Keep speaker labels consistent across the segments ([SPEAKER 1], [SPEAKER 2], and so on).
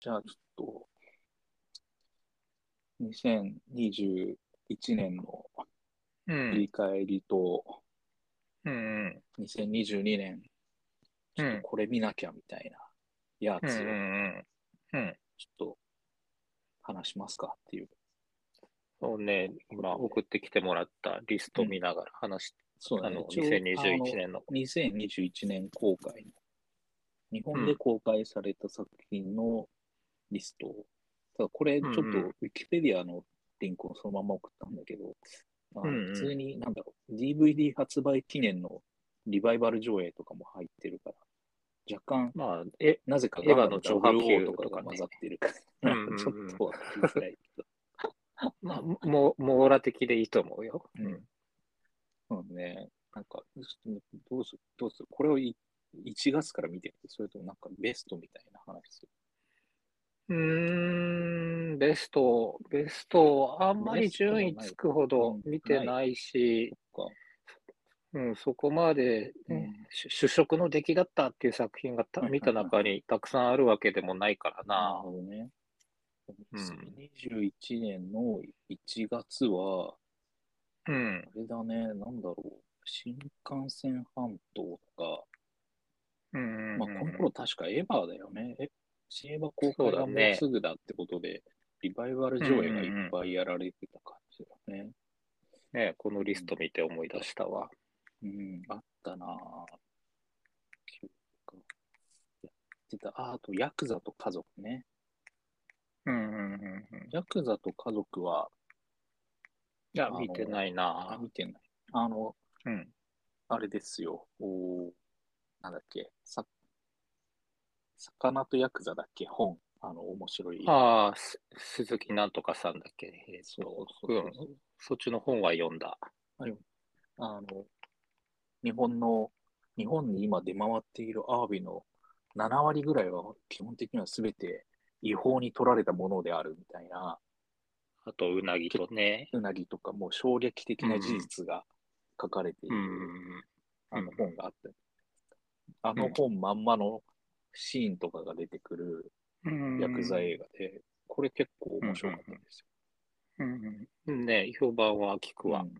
[SPEAKER 1] じゃあちょっと、2021年の
[SPEAKER 2] う
[SPEAKER 1] 振
[SPEAKER 2] ん。
[SPEAKER 1] り返りと、
[SPEAKER 2] うんうん。
[SPEAKER 1] 2022年、ちょっとこれ見なきゃみたいなや
[SPEAKER 2] うんう
[SPEAKER 1] つを
[SPEAKER 2] んうん。うん。
[SPEAKER 1] ちょっと話しますかっていう。
[SPEAKER 2] そうね、今送ってきてもらったリスト見ながら話し、
[SPEAKER 1] そう
[SPEAKER 2] あ
[SPEAKER 1] だね
[SPEAKER 2] の、
[SPEAKER 1] 一応あの
[SPEAKER 2] 2021年の。
[SPEAKER 1] 2021年公開の、日本で公開された作品のリストを、ただこれちょっと
[SPEAKER 2] うんうん
[SPEAKER 1] ウィキペディアのリンクをそのまま送ったんだけど、まあ
[SPEAKER 2] うんうん
[SPEAKER 1] 普通に、なんだろう、DVD 発売記念のリバイバル上映とかも入ってるから、若干、
[SPEAKER 2] まあ、え、
[SPEAKER 1] なぜか
[SPEAKER 2] エヴァの
[SPEAKER 1] ガンダム WO とかが混ざってるから、
[SPEAKER 2] うんうんうん
[SPEAKER 1] ちょっとは言いづらいけど。
[SPEAKER 2] まあ、も網羅的でいいと思うよ。
[SPEAKER 1] うんそうね。なんか、どうするどうするこれをい1月から見てるそれともなんかベストみたいな話する
[SPEAKER 2] うん、ベスト、ベスト、あんまり順位つくほど見てないし、
[SPEAKER 1] か。
[SPEAKER 2] うん、そこまで、ね主主食の出来だったっていう作品がた
[SPEAKER 1] はいはいはい
[SPEAKER 2] 見た中にたくさんあるわけでもないから
[SPEAKER 1] なる
[SPEAKER 2] な。
[SPEAKER 1] ほどね。
[SPEAKER 2] うん
[SPEAKER 1] 2021年の1月は、
[SPEAKER 2] うん
[SPEAKER 1] あ、れだね、なんだろう。新幹線半島と
[SPEAKER 2] う
[SPEAKER 1] か、
[SPEAKER 2] んうん
[SPEAKER 1] まあ、この頃確かエヴァだよね。え新エヴァ公開がもうすぐだってことで、リバイバル上映がいっぱいやられてた感じだよね。
[SPEAKER 2] ね、このリスト見て思い出したわ。
[SPEAKER 1] うん、あったなぁ。記憶やってた。あ、あと、ヤクザと家族ね。
[SPEAKER 2] うんうんうんうん。
[SPEAKER 1] ヤクザと家族は、
[SPEAKER 2] いや
[SPEAKER 1] あ、の
[SPEAKER 2] 見てない
[SPEAKER 1] あ、
[SPEAKER 2] な。
[SPEAKER 1] 見てない。あの、
[SPEAKER 2] うん。
[SPEAKER 1] あれですよ。おーなんだっけ。さ、魚とヤクザだっけ本。あの、面白い。
[SPEAKER 2] ああ、す鈴木なんとかさんだっけ。えー
[SPEAKER 1] そう
[SPEAKER 2] と
[SPEAKER 1] そうそう
[SPEAKER 2] うんそっちの本は読んだ。
[SPEAKER 1] あの、日本の、日本に今出回っているアワビの7割ぐらいは基本的には全て違法に取られたものであるみたいな。
[SPEAKER 2] あと、うなぎとね。
[SPEAKER 1] うなぎとかもう衝撃的な事実が書かれている、
[SPEAKER 2] うん。
[SPEAKER 1] あの本があったりあ
[SPEAKER 2] ん
[SPEAKER 1] の本まんまのシーンとかが出てくる
[SPEAKER 2] うん
[SPEAKER 1] 薬剤映画で、これ結構面白かったんです
[SPEAKER 2] うんうん。ね、評判は聞く
[SPEAKER 1] よ、
[SPEAKER 2] わ。
[SPEAKER 1] うん
[SPEAKER 2] うん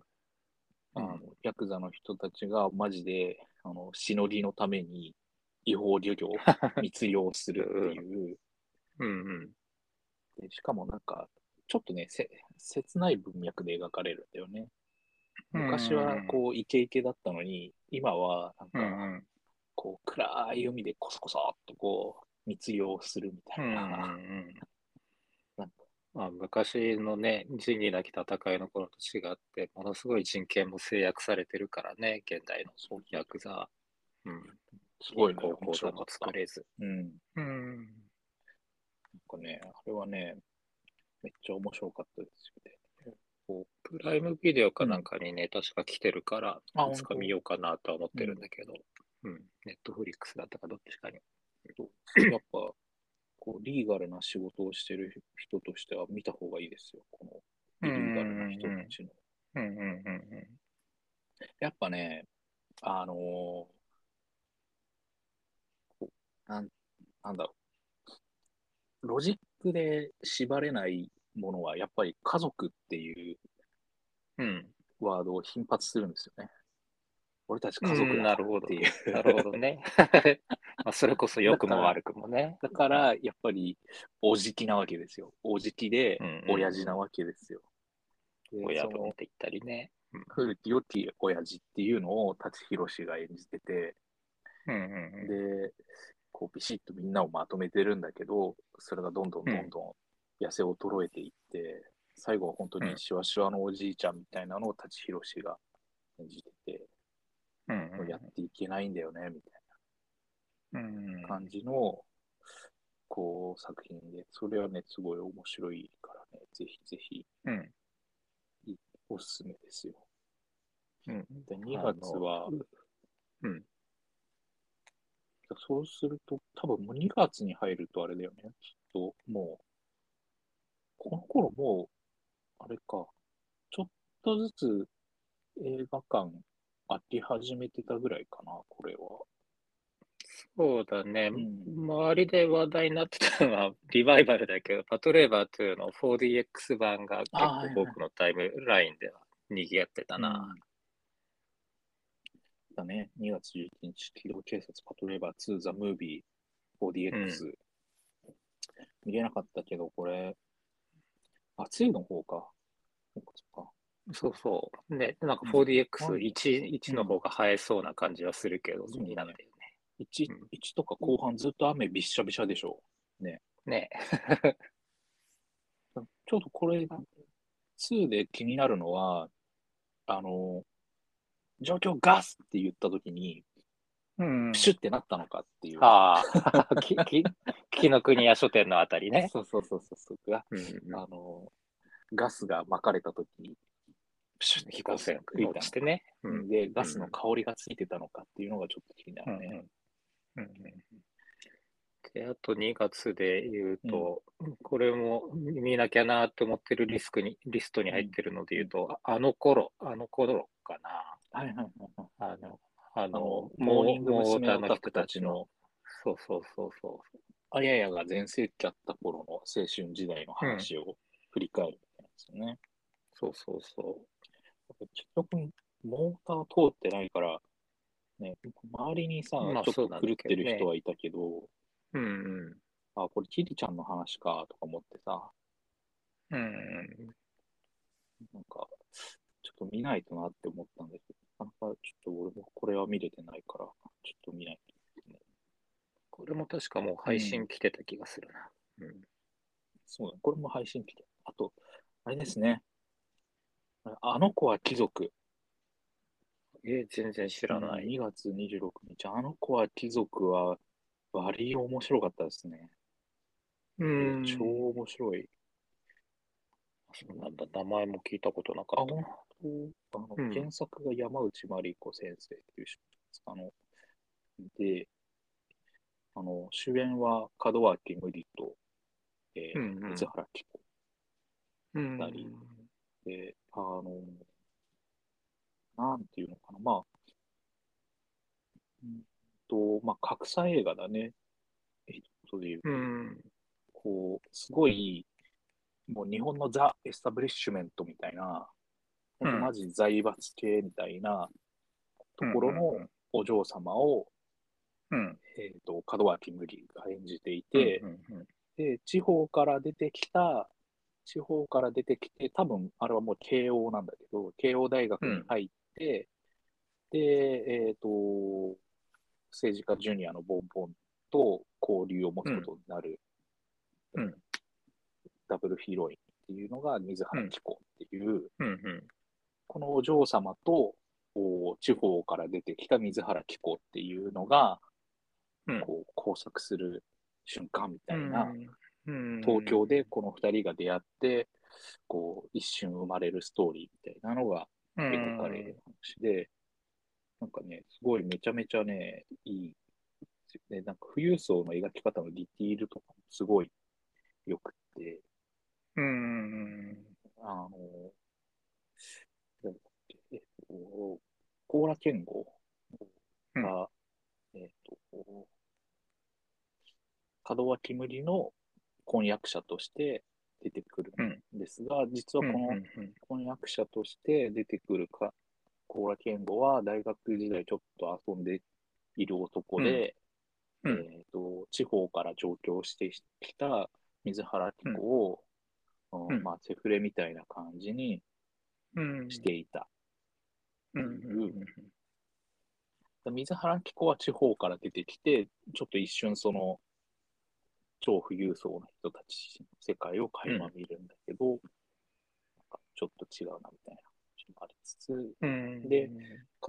[SPEAKER 1] あの。ヤクザの人たちがマジであのしのぎのために違法漁業、密漁をするって いう、
[SPEAKER 2] うんうん。
[SPEAKER 1] でしかもなんか、ちょっとね、せ切ない文脈で描かれるんだよね。昔はこうイケイケだったのに、今はなん
[SPEAKER 2] う
[SPEAKER 1] か、
[SPEAKER 2] んうん。
[SPEAKER 1] こう暗い海でコソコソっとこう密漁するみた
[SPEAKER 2] う
[SPEAKER 1] い
[SPEAKER 2] んうんう
[SPEAKER 1] な、 な
[SPEAKER 2] ん。
[SPEAKER 1] んか
[SPEAKER 2] まあ、昔のね、仁義なき戦いの頃と違って、ものすごい人権も制約されてるからね、現代の
[SPEAKER 1] そう
[SPEAKER 2] ヤクザ、うん、
[SPEAKER 1] すごいね
[SPEAKER 2] 高校
[SPEAKER 1] 面白か
[SPEAKER 2] 生
[SPEAKER 1] っ
[SPEAKER 2] も
[SPEAKER 1] た
[SPEAKER 2] 作。れず。
[SPEAKER 1] うん。なん
[SPEAKER 2] うん。
[SPEAKER 1] かね、あれはね、めっちゃ面白かったですよね。
[SPEAKER 2] プライムビデオかなんかにね、確か来てるから、
[SPEAKER 1] あ
[SPEAKER 2] いつか
[SPEAKER 1] 本当
[SPEAKER 2] 見ようかなとは思ってるんだけど、うん、ネットフリックスだったかどっちかに。
[SPEAKER 1] やっぱ、こう、リーガルな仕事をしてる人としては見た方がいいですよ。この、リーガルな人たちの。
[SPEAKER 2] うんうんうん
[SPEAKER 1] やっぱね、あのーこうなん、なんだろう。ロジックで縛れないものは、やっぱり家族っていう
[SPEAKER 2] うん。
[SPEAKER 1] ワードを頻発するんですよね。俺たち
[SPEAKER 2] うん。
[SPEAKER 1] 家族だ
[SPEAKER 2] な
[SPEAKER 1] っ
[SPEAKER 2] るほど
[SPEAKER 1] て。いう。
[SPEAKER 2] なるほどね。 まあそれこそ良くも悪くもね。
[SPEAKER 1] だから、やっぱり、おじきなわけですよ。おじきで
[SPEAKER 2] うん、うん
[SPEAKER 1] 親父なわけですよ。で
[SPEAKER 2] 親
[SPEAKER 1] そ
[SPEAKER 2] 分っ
[SPEAKER 1] の
[SPEAKER 2] て言ったりね。
[SPEAKER 1] 古き良き親父っていうのを舘ひろしが演じてて、
[SPEAKER 2] うんうんうん。
[SPEAKER 1] で、こうビシッとみんなをまとめてるんだけど、それがどんどんどんどん痩せ衰えていって、最後は本当にシワシワのおじいちゃんみたいなのを舘ひろしが演じてて、
[SPEAKER 2] うん
[SPEAKER 1] もうやっていけないんだよね、みたいな。
[SPEAKER 2] うんうん
[SPEAKER 1] 感じの、こう、作品で、それはね、すごい面白いからね、ぜひぜひ
[SPEAKER 2] うん
[SPEAKER 1] おすすめですよ。
[SPEAKER 2] うん
[SPEAKER 1] で、2月は、
[SPEAKER 2] うん。
[SPEAKER 1] そうすると、多分もう2月に入るとあれだよね、きっと、もう、この頃もう、あれか、ちょっとずつ映画館開き始めてたぐらいかな、これは。
[SPEAKER 2] そうだね、
[SPEAKER 1] うん
[SPEAKER 2] 周りで話題になってたのは リバイバルだけど、パトレーバー2の 4DX 版が結
[SPEAKER 1] あはいはい
[SPEAKER 2] 構僕のタイムラインでは賑わってたな。
[SPEAKER 1] だね、2月11日、機動警察パトレーバー2ザムービー 4DX、見れなかったけど、これ、あ、2の方か。そっかそっか。
[SPEAKER 2] そうそう。ね、なんか
[SPEAKER 1] うん
[SPEAKER 2] 4DX1、一の方が映えそうな感じはするけど、
[SPEAKER 1] そうだね
[SPEAKER 2] 2なんだよ
[SPEAKER 1] 1,
[SPEAKER 2] うん
[SPEAKER 1] 1とか後半ずっと雨びっしゃびしゃでしょ。
[SPEAKER 2] ね。ね。
[SPEAKER 1] ちょっとこれ、2で気になるのは、あの、状況ガスって言ったときに、
[SPEAKER 2] うん
[SPEAKER 1] プシュってなったのかっていう。
[SPEAKER 2] ああ、 きき紀の国屋書店のあたりね。
[SPEAKER 1] そうそうそうそうそう。が
[SPEAKER 2] うん
[SPEAKER 1] あの、ガスが巻かれたときに、プシュッて
[SPEAKER 2] 飛行船
[SPEAKER 1] みた
[SPEAKER 2] 落
[SPEAKER 1] い
[SPEAKER 2] ちてね。う
[SPEAKER 1] な。
[SPEAKER 2] ん
[SPEAKER 1] で、ガスの香りがついてたのかっていうのがちょっと気になるね。
[SPEAKER 2] うんうんで、あと2月で言うと、これも見なきゃなって思ってるリスクに、リストに入ってるので言うと、ああの頃、あの頃か
[SPEAKER 1] はいはいはいはい。
[SPEAKER 2] な。あの、あ
[SPEAKER 1] あ
[SPEAKER 2] の
[SPEAKER 1] の、、モーニング
[SPEAKER 2] モー
[SPEAKER 1] 娘。
[SPEAKER 2] ター
[SPEAKER 1] オタクたち
[SPEAKER 2] の人。
[SPEAKER 1] の、
[SPEAKER 2] そうそうそうそ
[SPEAKER 1] あややが全盛期だった頃の青春時代の話を振り返るみたいなんですよね。
[SPEAKER 2] う。そうそうそう。
[SPEAKER 1] 結局、モーター通ってないから、ね、周りにさ、
[SPEAKER 2] まあ
[SPEAKER 1] ちょっ
[SPEAKER 2] そ
[SPEAKER 1] と
[SPEAKER 2] うなん
[SPEAKER 1] 狂
[SPEAKER 2] だ
[SPEAKER 1] って
[SPEAKER 2] けどね
[SPEAKER 1] る人はいたけど、
[SPEAKER 2] うんうん。
[SPEAKER 1] あ、これ、キリちゃんの話かとか思ってさ、
[SPEAKER 2] うんうん、
[SPEAKER 1] なんか、ちょっと見ないとなって思ったんだけど、なかなかちょっと俺もこれは見れてないから、ちょっと見ないと、
[SPEAKER 2] これも確かもう配信来てた気がするな。うん
[SPEAKER 1] そうだね、これも配信機で。あと、あれですね。あの子は貴族。
[SPEAKER 2] えー全然知らない。
[SPEAKER 1] 2月26日。あの子は貴族は、バリ面白かったですね。
[SPEAKER 2] うん
[SPEAKER 1] 超面白い。
[SPEAKER 2] そうなんだ、名前も聞いたことなか
[SPEAKER 1] あ、
[SPEAKER 2] った
[SPEAKER 1] 本
[SPEAKER 2] な。
[SPEAKER 1] 当あの、
[SPEAKER 2] うん
[SPEAKER 1] 原作が山内まりこ先生っていう人です。あの、で、あの、主演は門脇麦と、えー
[SPEAKER 2] うんうん
[SPEAKER 1] 水原希子
[SPEAKER 2] うん
[SPEAKER 1] 二人で、あの、なんていうのかな、まあ、うんと、まあ、格差映画だね。一言で言うと、
[SPEAKER 2] うん。
[SPEAKER 1] こう、すごい、もう日本のザ・エスタブリッシュメントみたいな、
[SPEAKER 2] うん
[SPEAKER 1] ほんとマジ財閥系みたいなところ
[SPEAKER 2] うんうんう
[SPEAKER 1] のお嬢様を、
[SPEAKER 2] うん。
[SPEAKER 1] えっ、と、門脇麦が演じていて、
[SPEAKER 2] うんうんうん
[SPEAKER 1] で、地方から出てきた、地方から出てきて、多分あれはもう慶応なんだけど、慶応大学に入って、で、えっ、と、政治家ジュニアのボンボンと交流を持つことになる、
[SPEAKER 2] うんうん
[SPEAKER 1] ダブルヒロインっていうのが水原希子っていう、
[SPEAKER 2] うんうん
[SPEAKER 1] このお嬢様と、こう地方から出てきた水原希子っていうのが、
[SPEAKER 2] うん
[SPEAKER 1] こう交錯する瞬間みたいな、
[SPEAKER 2] うん
[SPEAKER 1] 東京でこの2人が出会って、こう一瞬生まれるストーリーみたいなのが描かれる話で、なんかね、すごいめちゃめちゃね、いいですよね。なんか富裕層の描き方のディティールとかもすごい良くて、
[SPEAKER 2] うん。
[SPEAKER 1] あの、なんだっけえっと、コーラ健吾が、えっと、門脇麦の婚約者として出てくるんですが、実はこの婚約者として出てくるか、コーラ健吾は大学時代ちょっと遊んでいる男で、
[SPEAKER 2] うんうん
[SPEAKER 1] えっと地方から上京してきた水原希子を、
[SPEAKER 2] ん
[SPEAKER 1] うんまあ、セフレみたいな感じに
[SPEAKER 2] うん
[SPEAKER 1] していた。
[SPEAKER 2] うん
[SPEAKER 1] 水原希子は地方から出てきて、ちょっと一瞬その、超富裕層の人たちの世界を垣間見るんだけど、なんかちょっと違うなみたいな感じもありつつ、
[SPEAKER 2] うん
[SPEAKER 1] で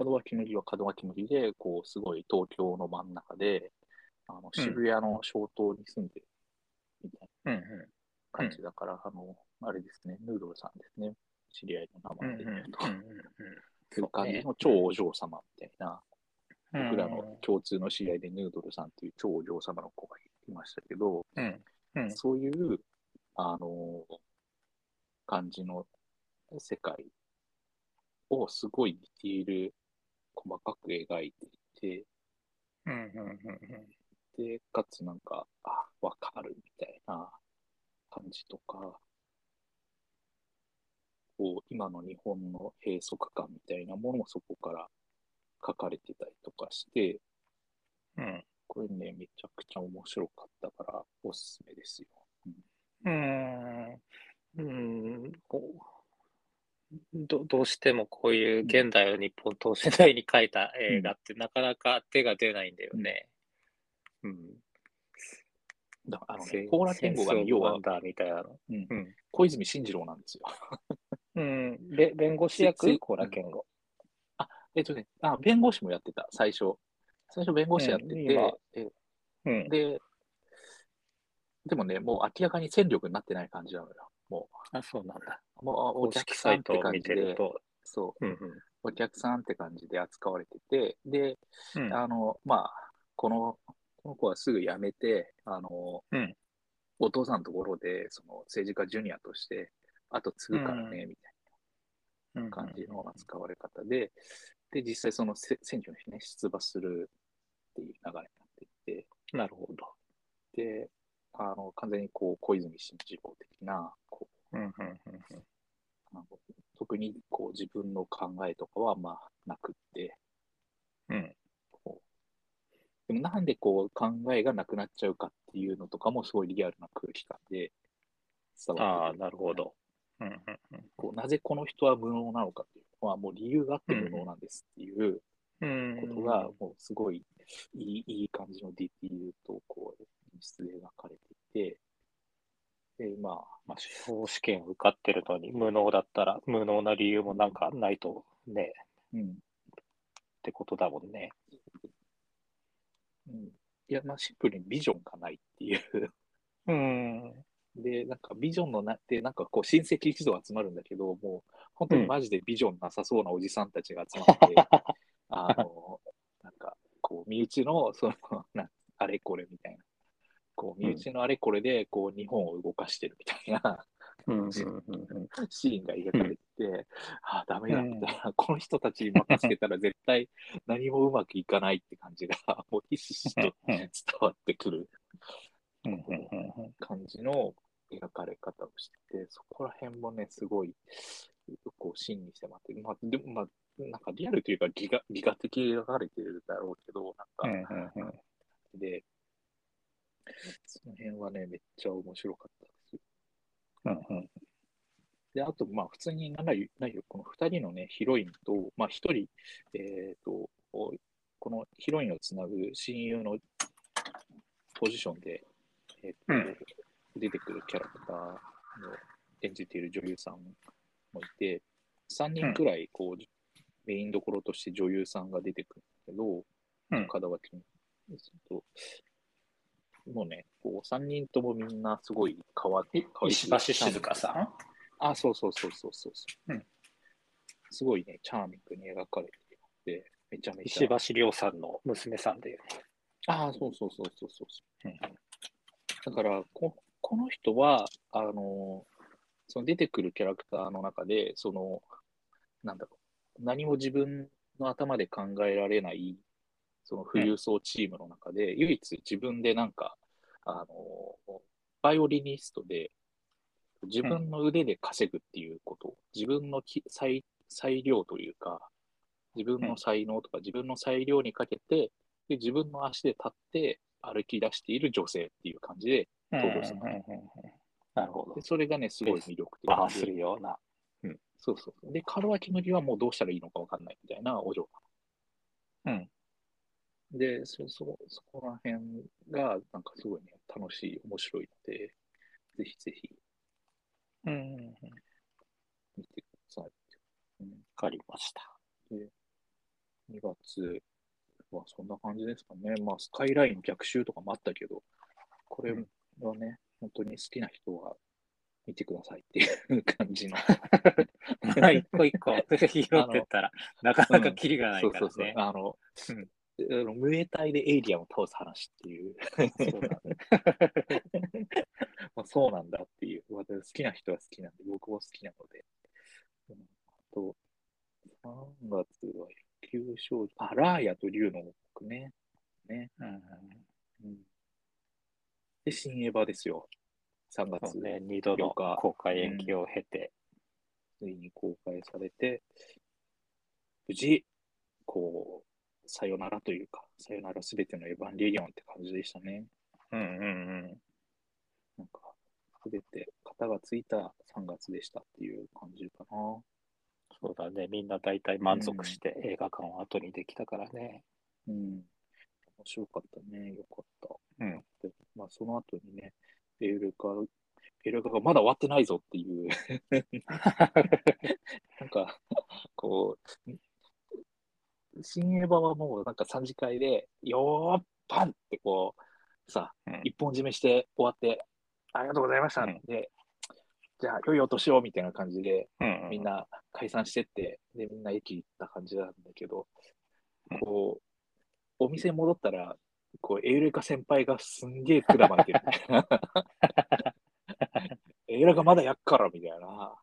[SPEAKER 1] 門脇麦は門脇麦で、こう、すごい東京の真ん中で、あの渋谷の小島に住んでるみたい
[SPEAKER 2] うんうん
[SPEAKER 1] な感じだから、あの、あれですね、ヌードルさんですね、知り合いの
[SPEAKER 2] う
[SPEAKER 1] 名
[SPEAKER 2] ん
[SPEAKER 1] 前で言うと、
[SPEAKER 2] うん
[SPEAKER 1] そういう感じの超お嬢様みたいな、僕らの共通の知り合いでヌードルさんっていう超お嬢様の子がいましたけど、
[SPEAKER 2] うんうん
[SPEAKER 1] そういう、あの感じの世界ををすごいディティール細かく描いてい
[SPEAKER 2] うんうんうんうん。
[SPEAKER 1] て、で、かつなんか、あ、わかるみたいな感じとか、こう、今の日本の閉塞感みたいなものもそこから書かれてたりとかして、
[SPEAKER 2] うん
[SPEAKER 1] これね、めちゃくちゃ面白かったから、おすすめですよ。
[SPEAKER 2] うーんうーんこうどどうしてもこういう現代を日本等世代に描いた映画ってなかなか手が出ないんだよね。うん。
[SPEAKER 1] だあの
[SPEAKER 2] せ
[SPEAKER 1] ね、コーラ言語がね、
[SPEAKER 2] 戦争
[SPEAKER 1] 要
[SPEAKER 2] ワ
[SPEAKER 1] は
[SPEAKER 2] ン、ダーみたいなの。
[SPEAKER 1] うん
[SPEAKER 2] うん
[SPEAKER 1] 小泉進次郎なんですよ。
[SPEAKER 2] うん。べ弁護士
[SPEAKER 1] せせ
[SPEAKER 2] 役、コーラ言語。
[SPEAKER 1] えっとね、あ、弁護士もやってた、最初。最初弁護士やってて、
[SPEAKER 2] うん今
[SPEAKER 1] え
[SPEAKER 2] うん。
[SPEAKER 1] で、でもね、もう明らかに戦力になってない感じなのよ。も
[SPEAKER 2] あ、そうなんだ。
[SPEAKER 1] う、もうお
[SPEAKER 2] 公
[SPEAKER 1] 客
[SPEAKER 2] 式
[SPEAKER 1] さ
[SPEAKER 2] サ
[SPEAKER 1] んっ
[SPEAKER 2] イト
[SPEAKER 1] て
[SPEAKER 2] を
[SPEAKER 1] 感
[SPEAKER 2] 見
[SPEAKER 1] じ
[SPEAKER 2] てる
[SPEAKER 1] で、
[SPEAKER 2] と。
[SPEAKER 1] そ
[SPEAKER 2] うん
[SPEAKER 1] う、お客さんって感じで扱われてて、で、
[SPEAKER 2] うん。うん
[SPEAKER 1] あの、まあ、この、この子はすぐ辞めて、あの、
[SPEAKER 2] うん
[SPEAKER 1] お父さんのところで、その政治家ジュニアとして、後継ぐからね、みたいな感じの扱われ方で、で、実際そのせ選挙にね、出馬するっていう流れになっていて、
[SPEAKER 2] なるほど。
[SPEAKER 1] で、あの、完全にこう、小泉進次郎的な、こ
[SPEAKER 2] うんうんうん
[SPEAKER 1] う、あの特にこう、自分の考えとかは、まあ、なくって、
[SPEAKER 2] うん。うん。
[SPEAKER 1] こう、でもなんでこう、考えがなくなっちゃうかっていうのとかも、すごいリアルな空気感で伝わ
[SPEAKER 2] あ
[SPEAKER 1] っ
[SPEAKER 2] あ、
[SPEAKER 1] てくる
[SPEAKER 2] なるほど。うんうんうん。
[SPEAKER 1] こう、なぜこの人は無能なのかっていうのは、もう理由があって無能なんですっていう
[SPEAKER 2] うん
[SPEAKER 1] ことが、もうすごいいいいい感じのディティールと、こう、演出で描かれていて、で、まあ、
[SPEAKER 2] まあ、司法試験受かってるのに無能だったら無能な理由もなんかないとね
[SPEAKER 1] うん、
[SPEAKER 2] ってことだもんね。
[SPEAKER 1] うんいや、まあ、シンプルにビジョンがないっていう。
[SPEAKER 2] うん。
[SPEAKER 1] で、なんかビジョンのなって、なんかこう親戚一同集まるんだけど、もう本当にマジでビジョンなさそうなおじさんたちが集まって、あの、なんかこう身内の、その、なあれこれみたいな。こう身内のあれこれで、こう日本を動かしてるみたいな、
[SPEAKER 2] うんうん
[SPEAKER 1] シーンが描かれてて、ああ、ダメだ
[SPEAKER 2] うん
[SPEAKER 1] みたいな、この人たちに任せてたら絶対何もうまくいかないって感じが、もうひしひしと伝わってくる
[SPEAKER 2] うんうん
[SPEAKER 1] 感じの描かれ方をしてて、そこら辺もね、すごい、こう、真にしてまって、まあ、でも、まあ、なんかリアルというか、ギガ、ギガ的に描かれてるだろうけど、
[SPEAKER 2] う
[SPEAKER 1] なんか、
[SPEAKER 2] んうん
[SPEAKER 1] で、その辺はね、めっちゃ面白かったですよ。
[SPEAKER 2] うん
[SPEAKER 1] で、あと、まあ、普通に何よ、何よ、この二人のね、ヒロインと、まあ、一人、えっ、と、こうこのヒロインをつなぐ親友のポジションで、えーと
[SPEAKER 2] うん
[SPEAKER 1] 出てくるキャラクターの演じている女優さんもいて、3人くらい、こう、メインどころとして女優さんが出てくるんだけど、
[SPEAKER 2] うん
[SPEAKER 1] 片脇に。そうともうね、こう、3人ともみんなすごい変わって、可愛い
[SPEAKER 3] 石橋静香さん
[SPEAKER 1] あ、そうそうそうそうそうそう、
[SPEAKER 2] うん
[SPEAKER 1] すごいね、チャーミングに描かれていて、めちゃめち
[SPEAKER 2] 石
[SPEAKER 1] ゃ。
[SPEAKER 2] 橋亮さんの娘さんで。
[SPEAKER 1] ああ、そうそうそうそうそうそう、
[SPEAKER 2] うん
[SPEAKER 1] だからこ、この人は、あのーその出てくるキャラクターの中で、その、なんだろう、何も自分の頭で考えられない、その富裕層チームの中で、唯一自分でなんか、あのーバイオリニストで、自分の腕で稼ぐっていうこと、自分のき裁裁量というか、自分の才能とか、自分の裁量にかけて、で自分の足で立って歩き出している女性っていう感じで、
[SPEAKER 2] なるほど
[SPEAKER 1] で。それがね、すごい魅力
[SPEAKER 2] バーす
[SPEAKER 1] 的で、
[SPEAKER 2] るような。
[SPEAKER 1] そうそう。で、軽脇麦はもうどうしたらいいのか分かんないみたいなお嬢さん。
[SPEAKER 2] うん。
[SPEAKER 1] で、そ、そ、そこら辺が、なんかすごいね、楽しい、面白いので、ぜひぜひ
[SPEAKER 2] うん。
[SPEAKER 1] 見てください。
[SPEAKER 2] わかりました。
[SPEAKER 1] 2月はそんな感じですかね。まあ、スカイライン逆襲とかもあったけど、これはね、本当に好きな人は見てくださいっていう感じの。
[SPEAKER 2] 一個一個拾ってったら、なかなかキリがないからね。
[SPEAKER 1] あの、あの無衛隊でエイリアンを倒す話っていう、 まあ、そうなんだっていう、私好きな人は好きなんで、僕も好きなので。うんあと、あ3月は野球少女、あ、ラーヤと竜の王国ね。ね。
[SPEAKER 2] うん。
[SPEAKER 1] うん、で、新エヴァですよ。3月
[SPEAKER 2] そうね、2度の公開延期を経て、
[SPEAKER 1] ついに公開されて、無事、こう、さよならというか、さよならすべてのエヴァンゲリオンって感じでしたね。
[SPEAKER 2] うんうんうん。
[SPEAKER 1] なんか、すべて型がついた3月でしたっていう感じかな。
[SPEAKER 2] そうだね、みんな大体満足して映画館を後にできたからね。
[SPEAKER 1] うん。面白かったね。よかった。
[SPEAKER 2] うん。
[SPEAKER 1] でまあ、その後にね、エウレカ、エウレカがまだ終わってないぞって いう、なんか、こう、新エヴァはもうなんか3次会で、よーっパンってこう、さ、
[SPEAKER 2] うん
[SPEAKER 1] 一本締めして終わって、ありがとうございました、
[SPEAKER 2] うん
[SPEAKER 1] で、じゃあ、良いお年をみたいな感じで、
[SPEAKER 2] うんうん
[SPEAKER 1] みんな解散してって、で、みんな駅行った感じなんだけど
[SPEAKER 2] うん、
[SPEAKER 1] こう、お店戻ったら、こう、エウレカ先輩がすんげえくだまれ てる。エウレカまだやっから、みたいな。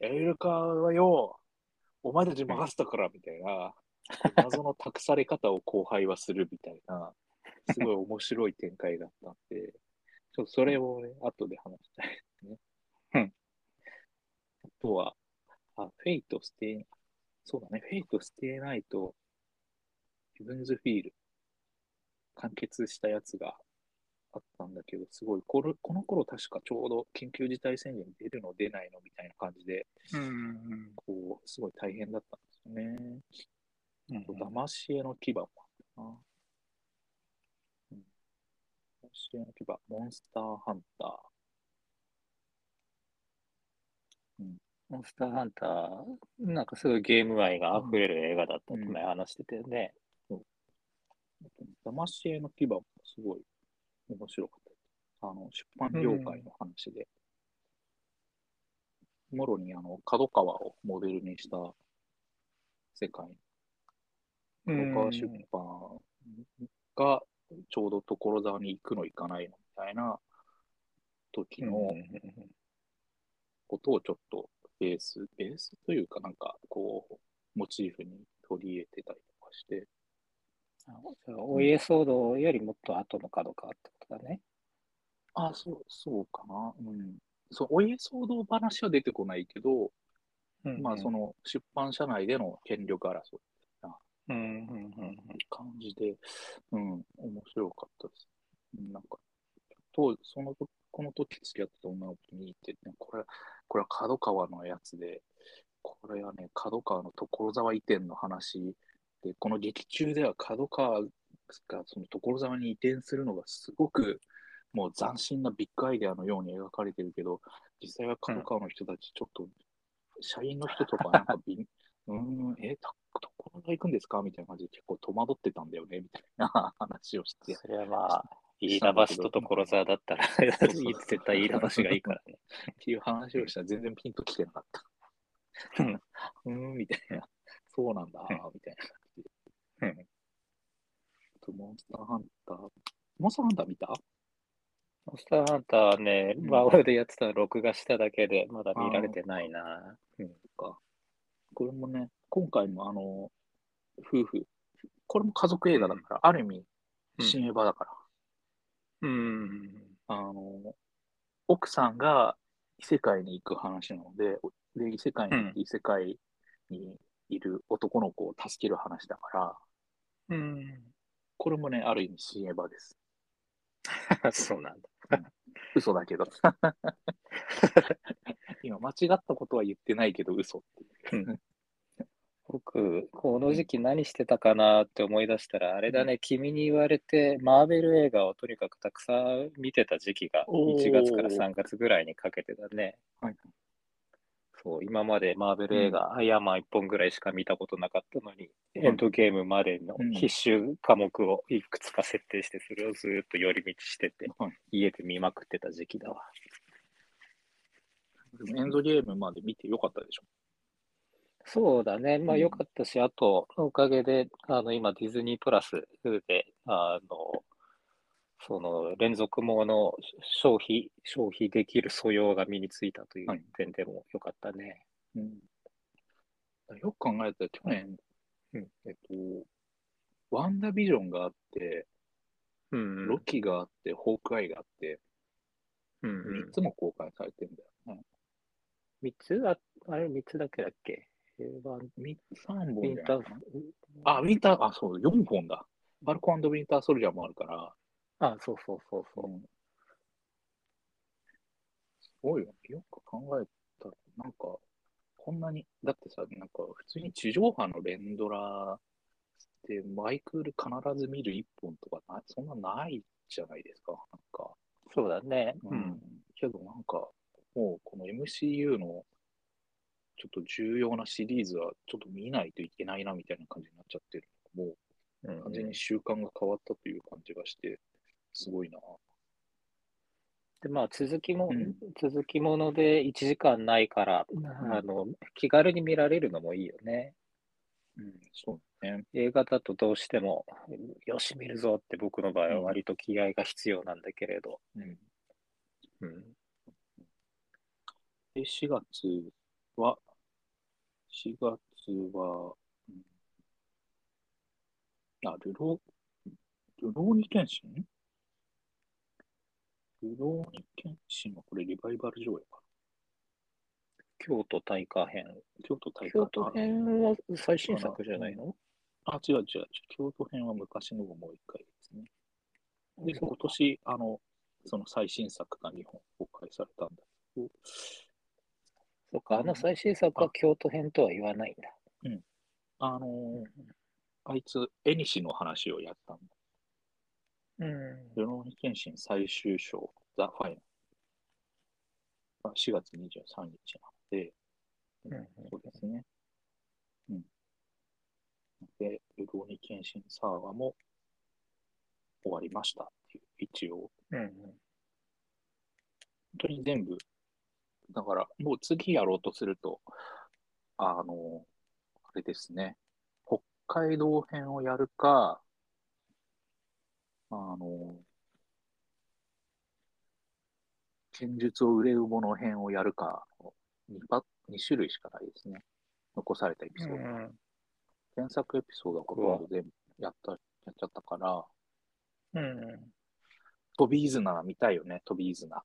[SPEAKER 1] エウレカはよ、お前たち任せたから、みたいな。謎の託され方を後輩はするみたいな、すごい面白い展開だったんで、ちょっとそれをね、後で話したいですね。
[SPEAKER 2] うん。
[SPEAKER 1] あとは、あ、フェイトステイ、そうだね、フェイトステイナイト、ヘブンズフィール、完結したやつがあったんだけど、すごい、これこの頃確かちょうど緊急事態宣言出るの出ないのみたいな感じで、
[SPEAKER 2] うんうん
[SPEAKER 1] こう、すごい大変だったんですよね。
[SPEAKER 2] うん
[SPEAKER 1] と、騙し絵の牙もあったな。うん。騙し絵の牙、モンスターハンター。
[SPEAKER 2] モンスターハンター、なんかすごいゲーム愛が溢れる映画だったって前話してたよね。
[SPEAKER 1] 騙し絵の牙もすごい面白かった。あの、出版業界の話で。もろにあの、角川をモデルにした世界
[SPEAKER 2] う
[SPEAKER 1] 角川出
[SPEAKER 2] ん
[SPEAKER 1] 版がちょうど所沢に行くの行かないのみたいな時の、ことをちょっとベース、ベースというかなんかこう、モチーフに取り入れてたりとかして、
[SPEAKER 2] お家騒動よりもっと後の角川ってことだね。
[SPEAKER 1] あ、そう、そうかな。うん。そう、お家騒動話は出てこないけど、まあそ
[SPEAKER 2] の、
[SPEAKER 1] の出版社内での権力争いって
[SPEAKER 2] うんうんうん
[SPEAKER 1] 感じで、うん、面白かったです。うんなんか、当時、その時、この時付き合ってた女の子に言って、ね、これ、これは角川のやつで、これはね、角川の所沢移転の話で、この劇中では角川がその所沢に移転するのがすごく、もう斬新なビッグアイデアのように描かれてるけど、実際は角川の人たち、ちょっと、社員の人とか、なんかびん、うーん、え、た所沢行くんですかみたいな感じで結構戸惑ってたんだよね、みたいな話をして。
[SPEAKER 2] それはまあ、飯田橋と所沢だ ったら、絶対飯田橋がいいからね。
[SPEAKER 1] っていう話をしたら全然ピンときてなか った。
[SPEAKER 2] うん
[SPEAKER 1] うーん、みたいな。そうなんだ、みたいな感じで。
[SPEAKER 2] うん
[SPEAKER 1] あと、モンスターハンター。モンスターハンター見た
[SPEAKER 2] モンスターハンターはね、
[SPEAKER 1] うん
[SPEAKER 2] まあ俺でやってたの録画しただけで、まだ見られてないな。
[SPEAKER 1] か。これもね、今回もあの、夫婦、これも家族映画だから、ある意味、
[SPEAKER 2] うん
[SPEAKER 1] 新映画だから。
[SPEAKER 2] うん。
[SPEAKER 1] あの、奥さんが異世界に行く話なので、で、異世界に行っ
[SPEAKER 2] う
[SPEAKER 1] て異世界にいる男の子を助ける話だから、
[SPEAKER 2] うん。
[SPEAKER 1] これもね、ある意味新エヴァです。
[SPEAKER 2] そうなんだ。
[SPEAKER 1] 嘘だけ ど。今、間違ったことは言ってないけど、嘘って
[SPEAKER 2] 僕、この時期何してたかなって思い出したら、あれだね、君に言われて、マーベル映画をとにかくたくさん見てた時期が、
[SPEAKER 1] おー
[SPEAKER 2] 1月から3月ぐらいにかけてだね。
[SPEAKER 1] はい
[SPEAKER 2] そう、今までマーベル映画、アイアンマン1本ぐらいしか見たことなかったのに、エンドゲームまでの
[SPEAKER 1] うん
[SPEAKER 2] 必修科目をいくつか設定して、それをずーっと寄り道してて、
[SPEAKER 1] はい
[SPEAKER 2] 家で見まくってた時期だわ。
[SPEAKER 1] でもエンドゲームまで見てよかったでしょ。
[SPEAKER 2] そうだね、まあ
[SPEAKER 1] うん
[SPEAKER 2] 良かったし、あと、おかげで、あの今、ディズニープラスで、あの、その連続もの消費、消費できる素養が身についたとい
[SPEAKER 1] は
[SPEAKER 2] う
[SPEAKER 1] い
[SPEAKER 2] 点でも良かったね。
[SPEAKER 1] うん、よく考えたら去年、
[SPEAKER 2] うん
[SPEAKER 1] えっと、ワンダービジョンがあって、
[SPEAKER 2] うん
[SPEAKER 1] ロキがあって、ホークアイがあって、
[SPEAKER 2] うんうん
[SPEAKER 1] 3つも公開されてんだよね。
[SPEAKER 2] 三つあ、あれ三つだけだっけえーワン
[SPEAKER 1] 三3
[SPEAKER 2] ウィ
[SPEAKER 1] 本
[SPEAKER 2] ン
[SPEAKER 1] じゃな
[SPEAKER 2] ター
[SPEAKER 1] いかなあ、ウィンター、あ、そう、4本だ。ファルコンウィンターソルジャーもあるから、
[SPEAKER 2] あ、そうそうそうそう。
[SPEAKER 1] うんすごいよ。よく考えたら、なんか、こんなに、だってさ、なんか、普通に地上波の連ドラって、マイクール必ず見る1本とかな、そんなないじゃないですか、なんか。
[SPEAKER 2] そうだね。うん。
[SPEAKER 1] けど、なんか、もう、この MCU の、ちょっと重要なシリーズは、ちょっと見ないといけないな、みたいな感じになっちゃってる。もう、
[SPEAKER 2] うん
[SPEAKER 1] 完全に習慣が変わったという感じがして、すごいな。
[SPEAKER 2] で、まあ、続きも、
[SPEAKER 1] うん
[SPEAKER 2] 続きもので1時間ないから、あの、気軽に見られるのもいいよね。
[SPEAKER 1] うん、そうね。
[SPEAKER 2] 映画だとどうしても、よし、見るぞって僕の場合は割と気合が必要なんだけれど。
[SPEAKER 1] うん
[SPEAKER 2] うん。
[SPEAKER 1] で、4月は、4月は、うんあ、ルロー、ルローニケンシンルローニケンシンはこれリバイバル上映か。
[SPEAKER 2] 京都大火編。
[SPEAKER 1] 京都大会
[SPEAKER 2] 京都編は最新作じゃないの
[SPEAKER 1] あ、違う違う違う。京都編は昔のをもう一回ですね。で、
[SPEAKER 2] そう
[SPEAKER 1] 今年、あの、その最新作が日本公開されたんだけど、
[SPEAKER 2] そっか、あの最新作は京都編とは言わないんだ。
[SPEAKER 1] あのーあいつ、絵西の話をやったんだ。
[SPEAKER 2] うん。
[SPEAKER 1] ルノーニケンシン最終章、ザ・ファイナル。まあ4月23日なので、
[SPEAKER 2] んうん
[SPEAKER 1] そうですね。うん。で、ルノーニケンシンサーガも終わりましたっていう、一応。
[SPEAKER 2] うん。
[SPEAKER 1] 本当に全部、だから、もう次やろうとすると、あの、あれですね、北海道編をやるか、あの、剣術を憂う者編をやるか、2, パ2種類しかないですね。残されたエピソード。
[SPEAKER 2] うん
[SPEAKER 1] 検索エピソードはほとんど全部やった、やっちゃったから、
[SPEAKER 2] うん。
[SPEAKER 1] トビーズナ見たいよね、トビーズナ。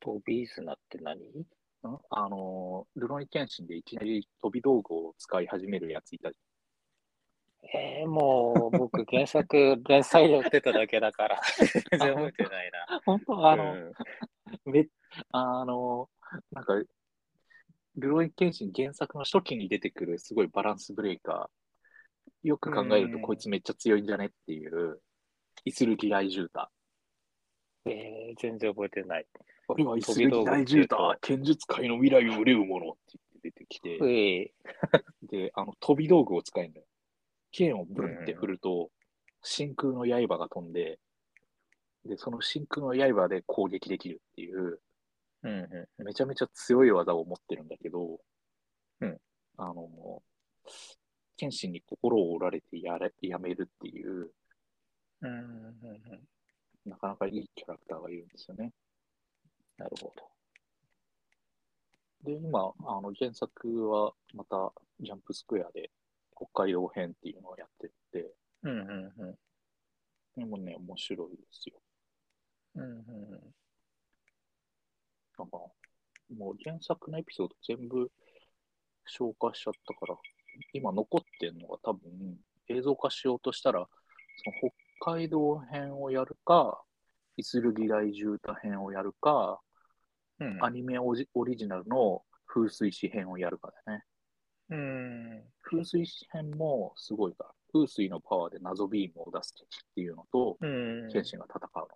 [SPEAKER 2] トビーズナって何
[SPEAKER 1] んあのー、ルロニケンシンでいきなり飛び道具を使い始めるやついたじ
[SPEAKER 2] えー、もう僕原作連載やってただけだ から、全然覚えてない
[SPEAKER 1] ゃ
[SPEAKER 2] な。
[SPEAKER 1] ん。本当あ
[SPEAKER 2] う
[SPEAKER 1] の、
[SPEAKER 2] ん
[SPEAKER 1] めあのー、なんか、ルロニケンシン原作の初期に出てくるすごいバランスブレイカー。よく考えると
[SPEAKER 2] うん
[SPEAKER 1] こいつめっちゃ強いんじゃねっていう、イスルギライジュータ。
[SPEAKER 2] えー全然覚えてない。
[SPEAKER 1] 俺はイス
[SPEAKER 2] 飛
[SPEAKER 1] ル
[SPEAKER 2] び道
[SPEAKER 1] ギ
[SPEAKER 2] 具
[SPEAKER 1] ライジュータ、剣術界の未来を憂う者って言って出てきて、
[SPEAKER 2] うい
[SPEAKER 1] で、あの、飛び道具を使えるんだよ。剣をブンって振ると、真空の刃が飛んで、で、その真空の刃で攻撃できるっていう、
[SPEAKER 2] うんう
[SPEAKER 1] めちゃめちゃ強い技を持ってるんだけど、
[SPEAKER 2] うん
[SPEAKER 1] あの、剣心に心を折られてやれやめるっていう、
[SPEAKER 2] んうんうんうん
[SPEAKER 1] なかなかいいキャラクターがいるんですよね。
[SPEAKER 2] なるほど。
[SPEAKER 1] で、今、あの原作はまたジャンプスクエアで北海道編っていうのをやってて、
[SPEAKER 2] うんうんうん
[SPEAKER 1] でもね、面白いですよ。
[SPEAKER 2] うんうん
[SPEAKER 1] なんか、もう原作のエピソード全部消化しちゃったから、今残ってんのが多分映像化しようとしたら、その北海道編をやるか、イスルギライジュータ編をやるか、
[SPEAKER 2] うん
[SPEAKER 1] アニメオジオリジナルの風水師編をやるかだね。
[SPEAKER 2] うん
[SPEAKER 1] 風水師編もすごいから、風水のパワーで謎ビームを出す敵っていうのと、
[SPEAKER 2] うん
[SPEAKER 1] 剣心が戦うの。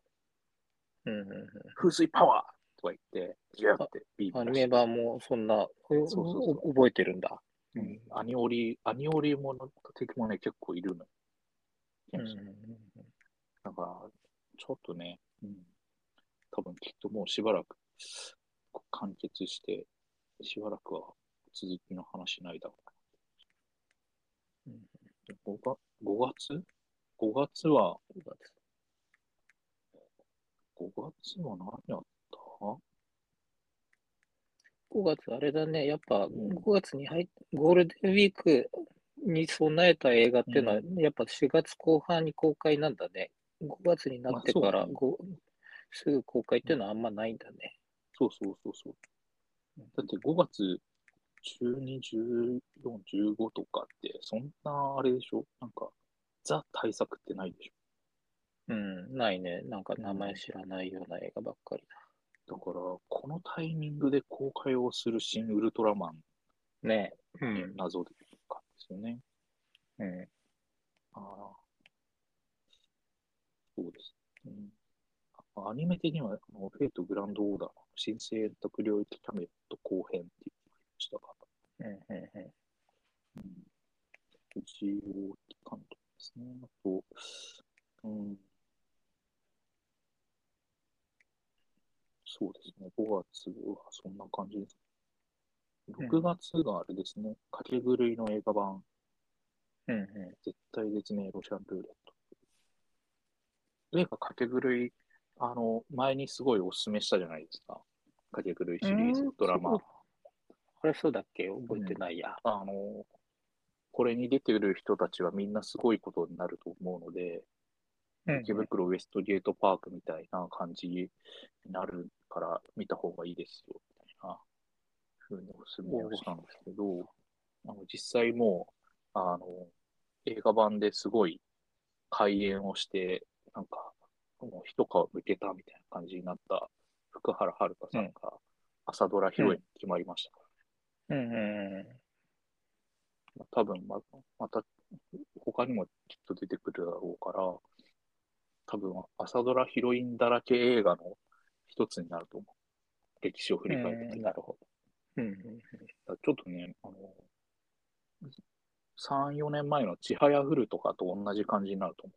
[SPEAKER 2] うんうんうん
[SPEAKER 1] 風水パワーとか言って、ギューってビー
[SPEAKER 2] ア
[SPEAKER 1] ム
[SPEAKER 2] ニ
[SPEAKER 1] 出して
[SPEAKER 2] メ版もそんな、
[SPEAKER 1] うそうそう
[SPEAKER 2] お覚えてるんだ。
[SPEAKER 1] うんアニオリ、アニオリもの敵もね、結構いるのよ。だから、ちょっとね、うん、多分きっともうしばらく完結して、しばらくは続きの話ないだろうな。5, が5月 ?5 月は、5月は何やった
[SPEAKER 2] 5月あれだね、やっぱ5月に入っゴールデンウィークに備えた映画っていうのは、やっぱ4月後半に公開なんだね。5月になってか
[SPEAKER 1] まあ
[SPEAKER 2] ら、
[SPEAKER 1] そうだね
[SPEAKER 2] ごすぐ公開っていうのはあんまないんだね。
[SPEAKER 1] そうそうそうそう。だって5月12、14、15とかって、そんなあれでしょなんか、ザ対策ってないでし
[SPEAKER 2] うん、ないね。なんか名前知らないような映画ばっかり
[SPEAKER 1] ょだから、このタイミングで公開をする新ウルトラマン、
[SPEAKER 2] だ。ねえ。うん
[SPEAKER 1] 謎でとかですよね。
[SPEAKER 2] うん、
[SPEAKER 1] ああ。そうです。うんアニメ的には、あのフェイト・グランド・オーダー、新生択領域キャメット後編って言いましたが、
[SPEAKER 2] うん、うん、う
[SPEAKER 1] 藤尾監督ですね。あと、うん。そうですね。5月はそんな感じです。6月があれですね。掛け狂いの映画版、
[SPEAKER 2] ん、うん、う
[SPEAKER 1] 絶対絶命ロシアンルーレット。例えば掛け狂い、あの、前にすごいお勧めしたじゃないですか。掛け狂いシリーズ
[SPEAKER 2] うん、
[SPEAKER 1] ドラマ。
[SPEAKER 2] そうあれそうだっけ覚えてないや。
[SPEAKER 1] あの、これに出てる人たちはみんなすごいことになると思うので、
[SPEAKER 2] うん
[SPEAKER 1] 池袋ウエストゲートパークみたいな感じになるから見た方がいいですよ、みたいなふうにお勧めをしたんですけど、あの実際もう、あの、映画版ですごい開演をして、なんか、もう一皮むけたみたいな感じになった福原遥さんが朝ドラヒロインに決まりましたから
[SPEAKER 2] うん、うん、
[SPEAKER 1] まあ多分ままた他にもきっと出てくるだろうから、多分朝ドラヒロインだらけ映画の一つになると思う。歴史を振り返ってみ
[SPEAKER 2] う
[SPEAKER 1] た
[SPEAKER 2] ん
[SPEAKER 1] ら
[SPEAKER 2] なるほど。うん、うん
[SPEAKER 1] だからちょっとね、あの、3、4年前のちはやふるとかと同じ感じになると思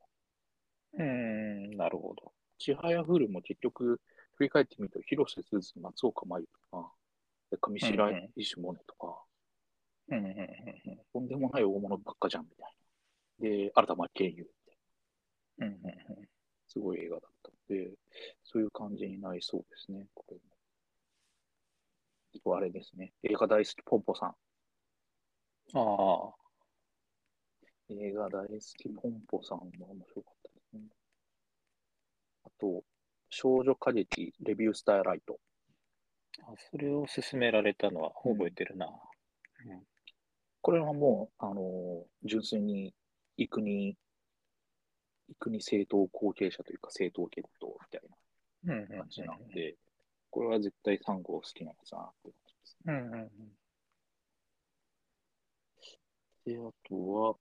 [SPEAKER 1] う。
[SPEAKER 2] うーん、なるほど。
[SPEAKER 1] ちはやふるも結局、振り返ってみると、広瀬すず、松岡茉優とか、で上白
[SPEAKER 2] うんうん
[SPEAKER 1] 石萌音とか、
[SPEAKER 2] うんうん
[SPEAKER 1] とんでもない大物ばっかじゃんみたいな。で、新田真剣佑みたいな。
[SPEAKER 2] うんうん
[SPEAKER 1] すごい映画だったので、そういう感じになりそうですね、これも。あとあれですね、映画大好きポンポさん。
[SPEAKER 2] ああ、
[SPEAKER 1] 映画大好きポンポさんも面白かったですね。あと、少女歌劇レビュースターライト。
[SPEAKER 2] あそれを勧められたのは覚えてるな。
[SPEAKER 1] これはもう、あのー純粋に、幾に、幾に正当後継者というか正当決闘みたい
[SPEAKER 2] うんうん
[SPEAKER 1] な感じなので、これは絶対3号好きなやつだなって感じですね。
[SPEAKER 2] うんうん
[SPEAKER 1] で、あとは、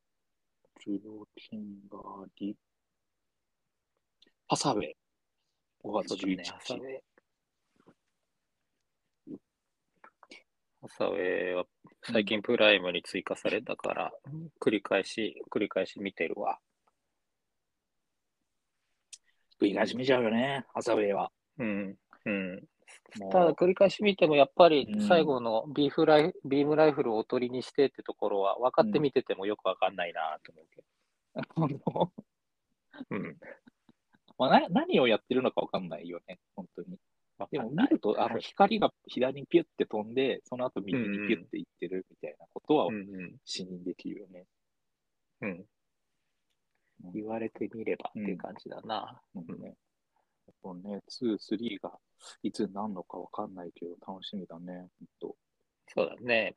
[SPEAKER 1] 受領金があり、ハサウェイ、5月11日。
[SPEAKER 2] そうだねハサウェイは最近プライムに追加されたから、繰り返し、繰り返し見てるわ。
[SPEAKER 1] 食い始めちゃうよね、ハサウェイは。
[SPEAKER 2] うん。うん。
[SPEAKER 1] もう
[SPEAKER 2] ただ繰り返し見てもやっぱり
[SPEAKER 1] うん
[SPEAKER 2] 最後のビーフライ、ビームライフルをおとりにしてってところは分かって見ててもよく分かんないなと思うけど。うん。
[SPEAKER 1] まあ、な何をやってるのかわかんないよね、本当に。でも見ると、あの光が左にピュッて飛んで、その後右にピュッていってるみたいなことは
[SPEAKER 2] うんうん
[SPEAKER 1] 視認できるよね。
[SPEAKER 2] うん、
[SPEAKER 1] うん
[SPEAKER 2] 言われてみればっていう感じだな。
[SPEAKER 1] うんね。もうね、2、3がいつになるのかわかんないけど、楽しみだね、ほんと。
[SPEAKER 2] そうだね。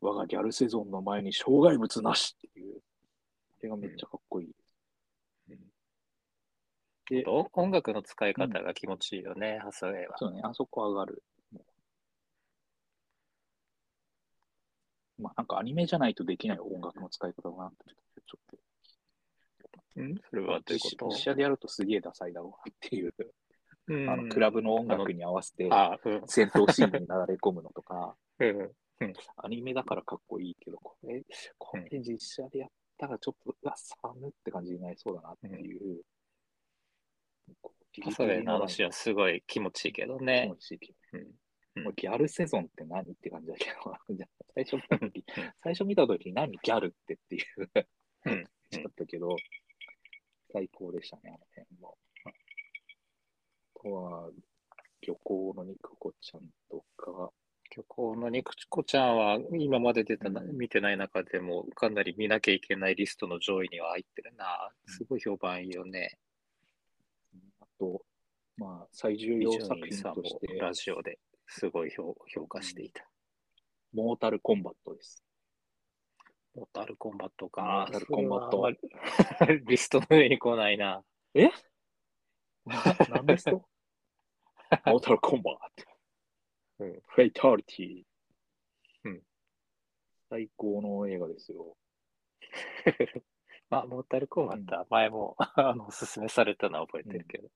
[SPEAKER 1] 我がギャルセゾンの前に障害物なしっていう。あれがめっちゃかっこいい。で
[SPEAKER 2] あと音楽の使い方が気持ちいいよね、ハサウェイは。
[SPEAKER 1] そうね、あそこ上がる。まあ、なんかアニメじゃないとできない音楽の使い方だなって、ちょっ
[SPEAKER 2] うん、それ
[SPEAKER 1] と
[SPEAKER 2] はどういうこと
[SPEAKER 1] 実写でやるとすげえダサいだろうなっていう、
[SPEAKER 2] うん
[SPEAKER 1] あのクラブの音楽に合わせて
[SPEAKER 2] あ、うん、
[SPEAKER 1] 戦闘シーンに流れ込むのとか、
[SPEAKER 2] うん。
[SPEAKER 1] アニメだからかっこいいけど、これ、これ実写でやったらちょっと、うわ、寒って感じになりそうだなっていう。こうギリ
[SPEAKER 2] ハ
[SPEAKER 1] ギ
[SPEAKER 2] サウェ
[SPEAKER 1] リ
[SPEAKER 2] イの話はすごい気持ちいいけどね。
[SPEAKER 1] 気持ちいい
[SPEAKER 2] うん
[SPEAKER 1] もうギャルセゾンって何って感じだけど、最初見た時、最初見た時何ギャルってっていう、だ
[SPEAKER 2] うん
[SPEAKER 1] ったけど、最高でしたね、あの辺も。あとは、漁港の肉子ちゃんとか、
[SPEAKER 2] 虚構の肉子ちゃんは今まで出たな、見てない中でもかなり見なきゃいけないリストの上位には入ってるな。すごい評判いいよね。
[SPEAKER 1] あと、まあ、最重要
[SPEAKER 2] 伊集
[SPEAKER 1] 作
[SPEAKER 2] 院
[SPEAKER 1] 品
[SPEAKER 2] さんも
[SPEAKER 1] として、
[SPEAKER 2] ラジオですごい評評価していた。
[SPEAKER 1] モータルコンバットです。
[SPEAKER 2] モータルコンバット
[SPEAKER 1] モ
[SPEAKER 2] か。
[SPEAKER 1] ータルコンバット
[SPEAKER 2] それはあんまり リストの上に来ないな。
[SPEAKER 1] 何ですと モータルコンバット。
[SPEAKER 2] うん
[SPEAKER 1] フェイタリティ。
[SPEAKER 2] うん
[SPEAKER 1] 最高の映画ですよ。
[SPEAKER 2] まあ、モータルコンバットは前も、 あのおすすめされたのは覚えてるけど。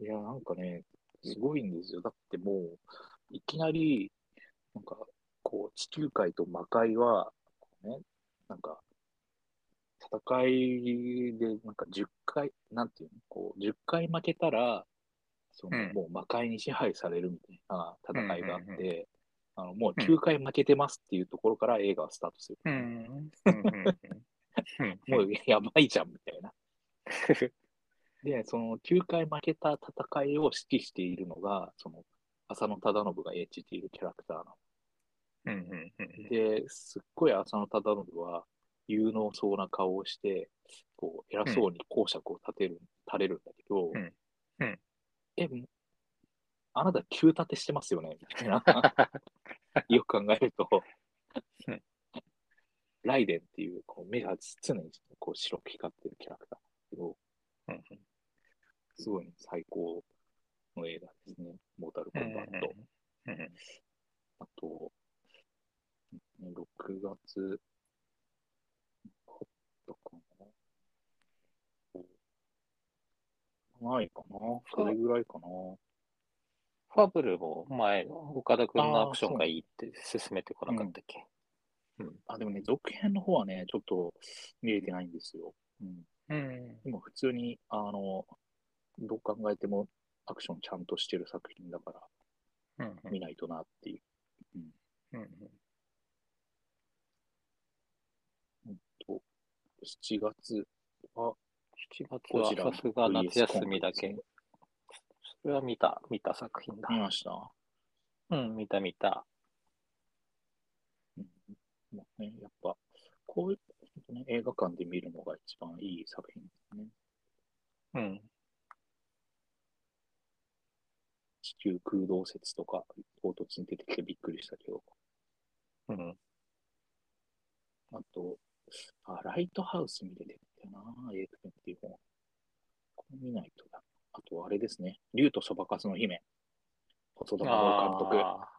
[SPEAKER 1] いや、なんかね、すごいんですよ。だってもう、いきなり、なんか、こう、地球界と魔界は、ね、なんか、戦いで、なんか10回、なんていうの、こう、10回負けたら、その、
[SPEAKER 2] うん
[SPEAKER 1] もう魔界に支配されるみたいな戦いがあっ
[SPEAKER 2] うんうん
[SPEAKER 1] て、あのもう
[SPEAKER 2] うん
[SPEAKER 1] 9回負けてますっていうところから映画はスタートする。
[SPEAKER 2] うん。うん
[SPEAKER 1] もうやばいじゃんみたいな。で、その9回負けた戦いを指揮しているのが、その浅野忠信が演じているキャラクターな
[SPEAKER 2] うんうんうん
[SPEAKER 1] ので、すっごい浅野忠信は有能そうな顔をして、こう偉そうに講釈を立てる、垂れるんだけど、
[SPEAKER 2] うんうん
[SPEAKER 1] え、あなた急立てしてますよねみたい な。よく考えると
[SPEAKER 2] うん、
[SPEAKER 1] ライデンっていうこう目が常にこう白く光ってるキャラクターなんだけど、
[SPEAKER 2] うん
[SPEAKER 1] すごい最高の映画ですね。モータルコンバット。
[SPEAKER 2] うんうん
[SPEAKER 1] あと、6月、あったかな。ないかな。それぐらいかな。
[SPEAKER 2] ファブルも前、岡田君のアクションがいいって進めてこなかったっけ
[SPEAKER 1] あ、でもね、続編の方はね、ちょっと見れてないんですよ。うん、
[SPEAKER 2] うん。
[SPEAKER 1] でも普通に、あの、どう考えてもアクションちゃんとしてる作品だから、
[SPEAKER 2] うん
[SPEAKER 1] 見ないとなっていう。
[SPEAKER 2] うん
[SPEAKER 1] 7月は、
[SPEAKER 2] 7
[SPEAKER 1] ゴジ
[SPEAKER 2] 月
[SPEAKER 1] ラ
[SPEAKER 2] はさすが
[SPEAKER 1] VS
[SPEAKER 2] 夏休みだ
[SPEAKER 1] コン
[SPEAKER 2] け
[SPEAKER 1] グ。
[SPEAKER 2] それは見た、見た作品だ。
[SPEAKER 1] 見ました。
[SPEAKER 2] うん、見た見た。
[SPEAKER 1] まあね、やっぱ、こういう、ね、映画館で見るのが一番いい作品ですね。
[SPEAKER 2] うん。
[SPEAKER 1] 地球空洞説とか、唐突に出てきてびっくりしたけど、
[SPEAKER 2] うん。
[SPEAKER 1] あと、あ、ライトハウス見れてたな、映画っていう本。これ見ないとだ。あと、あれですね、竜とそばかすの姫。細田守監督。あ
[SPEAKER 2] あ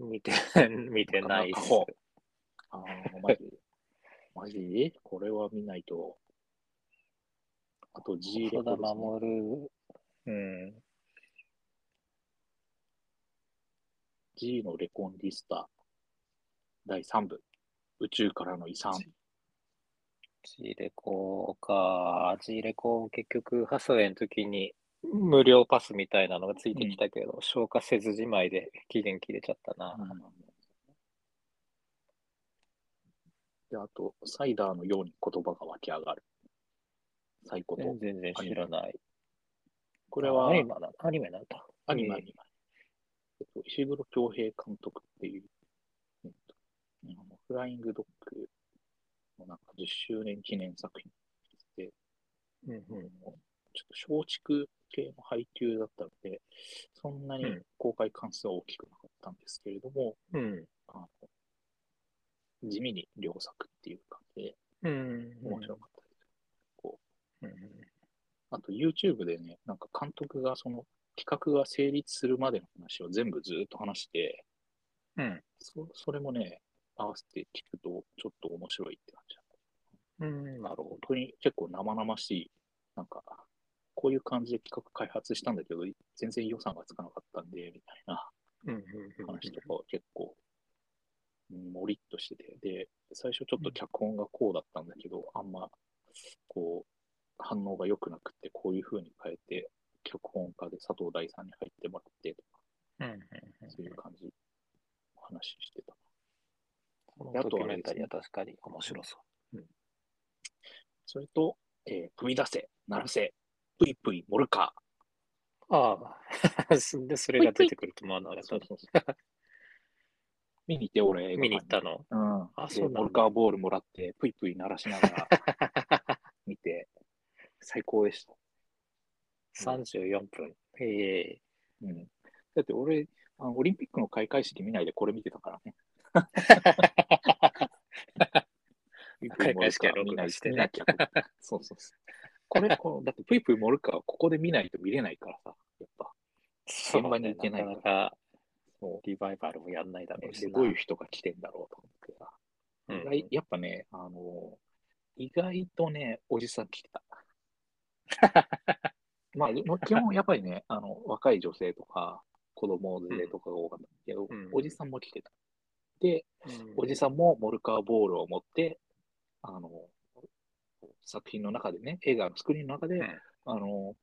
[SPEAKER 2] ー見て、 見てないっす。
[SPEAKER 1] あー、マジ。マジこれは見ないと。あと、G レコ
[SPEAKER 2] 細田
[SPEAKER 1] ですね
[SPEAKER 2] 守る。うん。
[SPEAKER 1] G のレコンディスタ第3部宇宙からの遺産
[SPEAKER 2] ジーレコか。ジーレコ結局、ハサウェイの時に無料パスみたいなのがついてきたけど、消化せずじまいで期限切れちゃったな。
[SPEAKER 1] であとサイダーのように言葉が湧き上がる最高と
[SPEAKER 2] 全然知らない。
[SPEAKER 1] これは
[SPEAKER 2] ア
[SPEAKER 1] ア
[SPEAKER 2] ニ
[SPEAKER 1] ニ
[SPEAKER 2] メ
[SPEAKER 1] メ
[SPEAKER 2] なアニメなんだ。
[SPEAKER 1] アニメ、えっと、石黒恭平監督っていう、えっと、あのフライングドッグのなんか10周年記念作品で
[SPEAKER 2] うんう
[SPEAKER 1] ち
[SPEAKER 2] ん
[SPEAKER 1] ょっと松竹系の配給だったので、そんなに
[SPEAKER 2] うん
[SPEAKER 1] 公開関数は大きくなかったんですけれども、
[SPEAKER 2] うん。
[SPEAKER 1] あの地味に良作っていう感じで
[SPEAKER 2] うん。
[SPEAKER 1] 面白かったです。
[SPEAKER 2] うん
[SPEAKER 1] あと YouTube でね、なんか監督がその企画が成立するまでの話を全部ずっと話して、
[SPEAKER 2] うん
[SPEAKER 1] そそれもね、合わせて聞くとちょっと面白いって感じだった。
[SPEAKER 2] うん。なるほ
[SPEAKER 1] 本当に結構生々しい、なんか、こういう感じで企画開発したんだけど、全然予算がつかなかったんで、みたいな
[SPEAKER 2] ど。うん
[SPEAKER 1] 話とかは結構、うんもりっとしてて、で、最初ちょっと脚本がこうだったんだけど、あんま、こう、反応が良くなくって、こういう風に変えて、脚本家で佐藤大さんに入ってもらってとか、
[SPEAKER 2] うんうん。
[SPEAKER 1] そういう感じ、お話ししてた。
[SPEAKER 2] こ
[SPEAKER 1] で
[SPEAKER 2] の
[SPEAKER 1] あ
[SPEAKER 2] ド
[SPEAKER 1] と
[SPEAKER 2] キュ
[SPEAKER 1] あ
[SPEAKER 2] メ
[SPEAKER 1] れ
[SPEAKER 2] ン
[SPEAKER 1] です
[SPEAKER 2] タリー
[SPEAKER 1] ね
[SPEAKER 2] は確かに面白そ
[SPEAKER 1] それと、えー踏み出せ、鳴らせ、ぷいぷい、モルカー。
[SPEAKER 2] ああ、そ んでそれが出てくると思わなかった
[SPEAKER 1] そう。そうそう 見に行って、俺、映画館
[SPEAKER 2] 見に行ったの。
[SPEAKER 1] うん。
[SPEAKER 2] あ
[SPEAKER 1] で
[SPEAKER 2] そうなんだ
[SPEAKER 1] ポルカーボールもらって、ぷいぷい鳴らしながら 見て、最高でした。
[SPEAKER 2] 34分。ええ
[SPEAKER 1] うん。だって俺、あのオリンピックの開会式見ないでこれ見てたから ね。
[SPEAKER 2] 開会式は録画してね
[SPEAKER 1] 見なきゃ。そうそうそう。これ、このだってぷいぷい盛るかはここで見ないと見れないからさ、やっぱ。
[SPEAKER 2] そうね
[SPEAKER 1] 現場に行けないから
[SPEAKER 2] なかなか
[SPEAKER 1] そ
[SPEAKER 2] リバイバルもやんないだろう
[SPEAKER 1] う。
[SPEAKER 2] し
[SPEAKER 1] で、
[SPEAKER 2] な。
[SPEAKER 1] どういう人が来てんだろうと思ってさ。
[SPEAKER 2] うん
[SPEAKER 1] 意外やっぱね、あの、意外とね、おじさん来てた。 まあ、基本やっぱりね、あの、若い女性とか、子供連れとかが多かったけど、
[SPEAKER 2] うん
[SPEAKER 1] おじさんも来てた。で、
[SPEAKER 2] うん
[SPEAKER 1] おじさんもモルカーボールを持って、あの、作品の中でね、映画のスクリーンの中で、
[SPEAKER 2] うん
[SPEAKER 1] あの、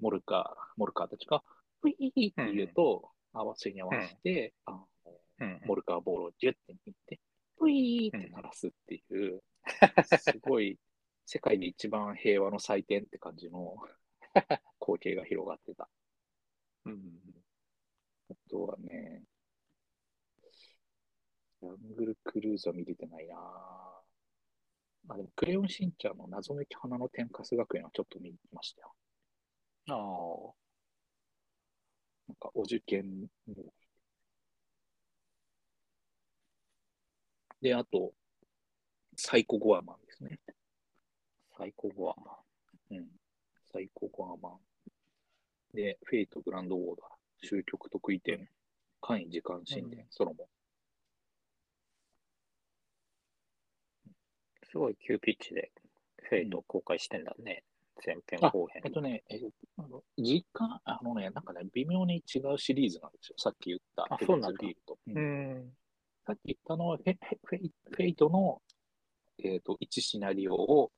[SPEAKER 1] モルカー、モルカーたちが、ウィーって言うと、合わせに合わせて、あの
[SPEAKER 2] うん
[SPEAKER 1] モルカーボールをギュッて握って、ウィーって鳴らすっていう、すごい、世界で一番平和の祭典って感じ の光景が広がってた。
[SPEAKER 2] うん
[SPEAKER 1] あとはね、ジャングルクルーズは見れてないなぁ。あ、でも、クレヨンしんちゃんの謎めき花の天カス学園はちょっと見に行きましたよ。
[SPEAKER 2] ああ。
[SPEAKER 1] なんか、お受験ので、あと、サイコゴアマンですね。
[SPEAKER 2] 最高ゴアマ
[SPEAKER 1] うん。サイコゴアマン。で、フェイト・グランド・オーダー、終局特異点、簡易時間神殿、
[SPEAKER 2] うん
[SPEAKER 1] ソロモン。
[SPEAKER 2] ン。すごい急ピッチで、フェイト公開してんだね。前編
[SPEAKER 1] あ
[SPEAKER 2] 後編
[SPEAKER 1] えっ。とね、えあの実家、あのね、なんかね、微妙に違うシリーズなんですよ。さっき言った
[SPEAKER 2] あ
[SPEAKER 1] ヘ
[SPEAKER 2] そう
[SPEAKER 1] ブン
[SPEAKER 2] な
[SPEAKER 1] ズ
[SPEAKER 2] んだ
[SPEAKER 1] フィールド。うん
[SPEAKER 2] ん。
[SPEAKER 1] さっき言ったのは、フェフェイフェイトの、えっと1シナリオを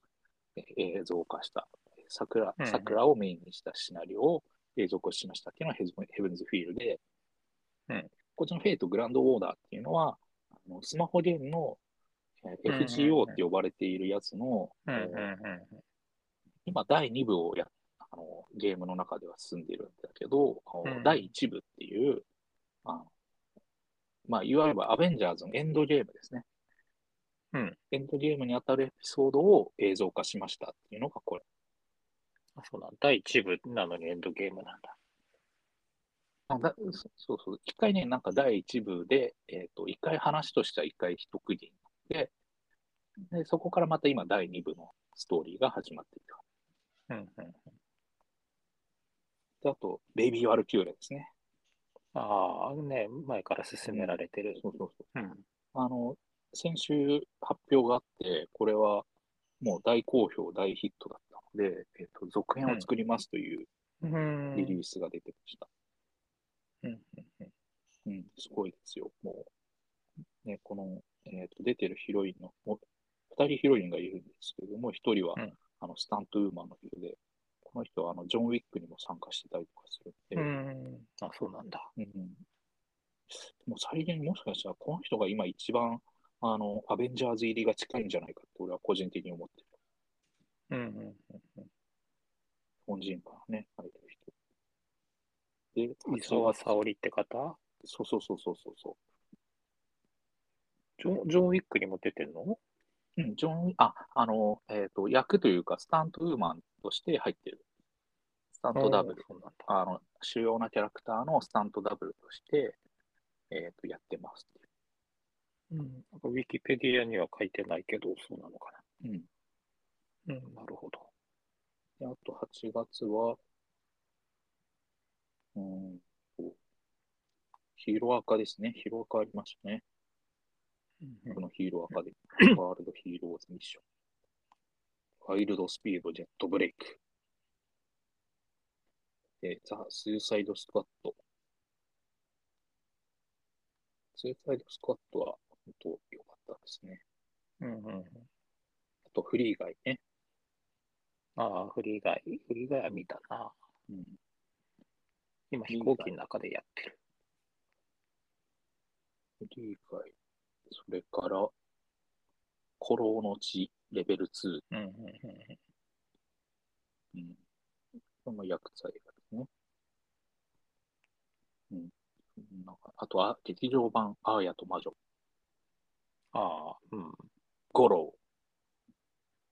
[SPEAKER 1] え映像化した桜
[SPEAKER 2] う、ん
[SPEAKER 1] 桜をメインにしたシナリオを映像化しましたっていうのはヘズヘブンズフィールドで、
[SPEAKER 2] うん
[SPEAKER 1] こっちのフェイトグランドオーダーっていうのは、あのスマホゲームのえ
[SPEAKER 2] うんうんうん
[SPEAKER 1] FGO って呼ばれているやつの、
[SPEAKER 2] うんうん
[SPEAKER 1] えー
[SPEAKER 2] うん
[SPEAKER 1] 今、第2部をやあのゲームの中では進んでいるんだけど、こう
[SPEAKER 2] うん
[SPEAKER 1] 第1部っていう、あのまあ、いわゆるアベンジャーズのエンドゲームですね。
[SPEAKER 2] うん
[SPEAKER 1] エンドゲームにあたるエピソードを映像化しましたっていうのがこれ。
[SPEAKER 2] あそうなんだ第1部なのにエンドゲームなんだ。
[SPEAKER 1] あだそそうそう。一回ね、なんか第1部で、えっ、と、一回話としては一回一区切りになって、で、そこからまた今第2部のストーリーが始まっていた。
[SPEAKER 2] うんうん、
[SPEAKER 1] であと、ベイビー・ワルキューレですね。
[SPEAKER 2] ああ、ね、前から進められてる。
[SPEAKER 1] そうそうそう。
[SPEAKER 2] うん。
[SPEAKER 1] あの、先週発表があって、これはもう大好評、大ヒットだったので、えっと、続編を作りますという
[SPEAKER 2] うん
[SPEAKER 1] リリースが出てました。
[SPEAKER 2] うんうん
[SPEAKER 1] うん、すごいですよ。もう、ね、この、えっと、出てるヒロインの、もう2人ヒロインがいるんですけども、1人は、
[SPEAKER 2] うん
[SPEAKER 1] あのスタントウーマンの人で、この人はあのジョン・ウィックにも参加してたりとかするんで、
[SPEAKER 2] うん。あ、そうなんだ。
[SPEAKER 1] うんもう最近もしかしたらこの人が今一番あのアベンジャーズ入りが近いんじゃないかって俺は個人的に思ってる。
[SPEAKER 2] うんうん
[SPEAKER 1] 日本人からね、入ってる人。
[SPEAKER 2] うん。
[SPEAKER 1] で、
[SPEAKER 2] 伊沢沙織って方
[SPEAKER 1] そうそうそうそうそうそ
[SPEAKER 2] ジョンジョン・ウィックにも出てるの
[SPEAKER 1] う。うん、ジョン、あ、あの、えっ、と、役というか、スタントウーマンとして入ってる。スタントダブル。
[SPEAKER 2] そうなんだ。
[SPEAKER 1] あの、主要なキャラクターのスタントダブルとして、えっ、と、やってますっていう
[SPEAKER 2] うん、なんかウィキペディアには書いてないけど、そうなのか
[SPEAKER 1] うん。
[SPEAKER 2] な。うん、なるほど。
[SPEAKER 1] であと8月は、うーんと、ヒーローアカですね。ヒーローアカありましたね。
[SPEAKER 2] うん
[SPEAKER 1] このヒーローアカで、ワールドヒーローズミッション。ワイルドスピードジェットブレイク。で、ザ・スーサイドスクワット。スーサイドスクワットは本当良かったですね。
[SPEAKER 2] うんうんうん、
[SPEAKER 1] あと、フリーガイね。
[SPEAKER 2] ああ、フリーガイ。フリーガイは見たな。
[SPEAKER 1] うん、
[SPEAKER 2] 今、飛行機の中でやってる。
[SPEAKER 1] フリーガイ。それから、古老の地レベル2。
[SPEAKER 2] うんうんうんうん
[SPEAKER 1] うん。これも薬剤がですね。なんかあとは、劇場版、アーヤと魔女、
[SPEAKER 2] ああ、うん。
[SPEAKER 1] ゴロ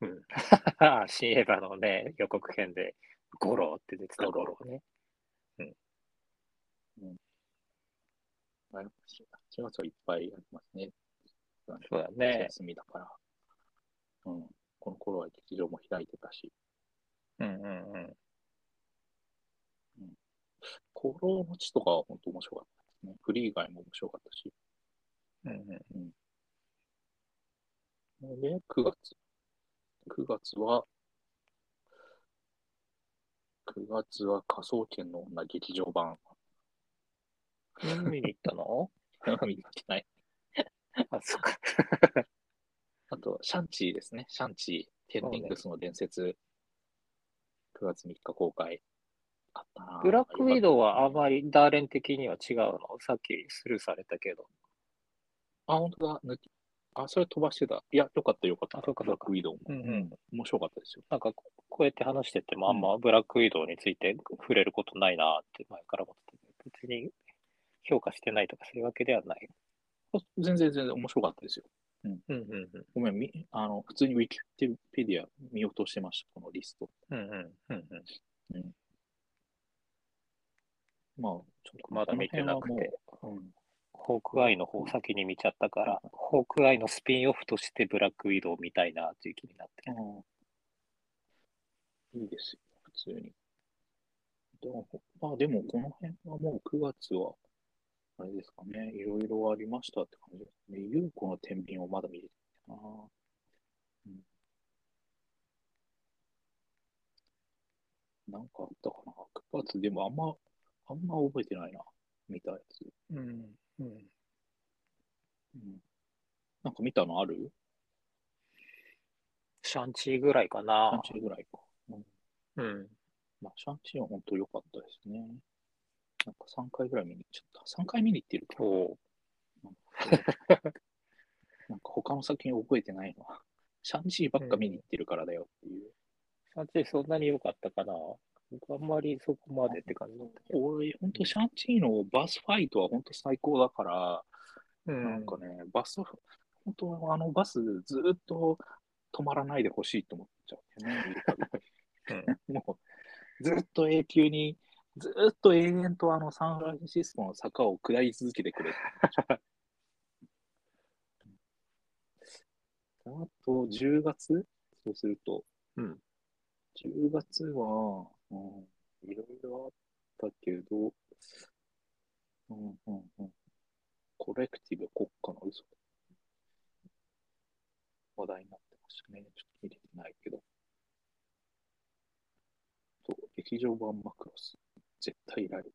[SPEAKER 2] うん。 新エヴァのね、予告編で、ゴローって出てたゴローね。
[SPEAKER 1] ー。8月はいっぱいありますね。
[SPEAKER 2] そうだ
[SPEAKER 1] 夏
[SPEAKER 2] ね。
[SPEAKER 1] 休みだから。うん。この頃は劇場も開いてたし、
[SPEAKER 2] うんうんうん。
[SPEAKER 1] コロの地とかは本当面白かったですね。フリー以外も面白かったし。
[SPEAKER 2] うんうん
[SPEAKER 1] で、9月。9月は、9月は仮想研の女劇場版。
[SPEAKER 2] 何見に行ったの
[SPEAKER 1] 見てない。
[SPEAKER 2] あ、そっか。
[SPEAKER 1] あと、シャンチーですね。シャンチー。テンリングスの伝説。9月3日公開。あったなぁ
[SPEAKER 2] ブラックウィドウはあまりダーレン的には違うの。さっきスルーされたけど。
[SPEAKER 1] あ、本当だ。抜きあ、それ飛ばしてた。いや、よかったよかった。
[SPEAKER 2] あそうか
[SPEAKER 1] ブラ
[SPEAKER 2] そう
[SPEAKER 1] ッ
[SPEAKER 2] か
[SPEAKER 1] クウィドウも。
[SPEAKER 2] うんうん
[SPEAKER 1] 面白かったですよ。
[SPEAKER 2] なんかここうやって話しててもあんまブラックウィドウについて触れることないなって前から思ってて、別に評価してないとかそういうわけではない。
[SPEAKER 1] 全然全然面白かったですよ。
[SPEAKER 2] うんうんうん。
[SPEAKER 1] ごめん、みあの普通にウィキペディア見落としてました、このリスト。
[SPEAKER 2] うんうんうんうん。
[SPEAKER 1] まあ、ちょっと
[SPEAKER 2] まだ見てなくて。
[SPEAKER 1] この辺はもう。うん
[SPEAKER 2] ホークアイの方先に見ちゃったから、ホークアイのスピンオフとしてブラックウィドウ見たいなという気になってる。
[SPEAKER 1] うんいいですよ、普通に。でも、まあでも、この辺はもう9月は、あれですかね、いろいろありましたって感じですね。優子の天秤をまだ見れてないな。うんなんかあったかな ?9 月でもあんま、あんま覚えてないな。見たやつ。
[SPEAKER 2] うん
[SPEAKER 1] う
[SPEAKER 2] うん、
[SPEAKER 1] ん、なんか見たのある
[SPEAKER 2] シャンチーぐらいかな
[SPEAKER 1] ?3。時ぐらいか。うん
[SPEAKER 2] うん、
[SPEAKER 1] まあ、シャンチーは本当良かったですね。なんか3回ぐらい見に行っちゃった。3回見に行ってると、
[SPEAKER 2] おう
[SPEAKER 1] なんか他の作品覚えてないのは、 シャンチーばっか見に行ってるからだよっていう。
[SPEAKER 2] シャンチーそんなに良かったかな。僕あんまりそこまでって感じだったけど。
[SPEAKER 1] 俺、本当シャンチーのバスファイトは本当最高だから、
[SPEAKER 2] う
[SPEAKER 1] なんかね、バス、本当あのバスずっと止まらないでほしいと思っちゃうよね見るたび。 もう、ずっと永久に、ずっと永遠とあのサンフランシスコの坂を下り続けてくれ って思っちゃう。あと、10月そうすると、
[SPEAKER 2] うん
[SPEAKER 1] 10月は、うん、いろいろあったけど、うんうんうん、コレクティブ国家の嘘。話題になってましたね。ちょっと見れてないけど。そう、劇場版マクロス。絶対ライブ。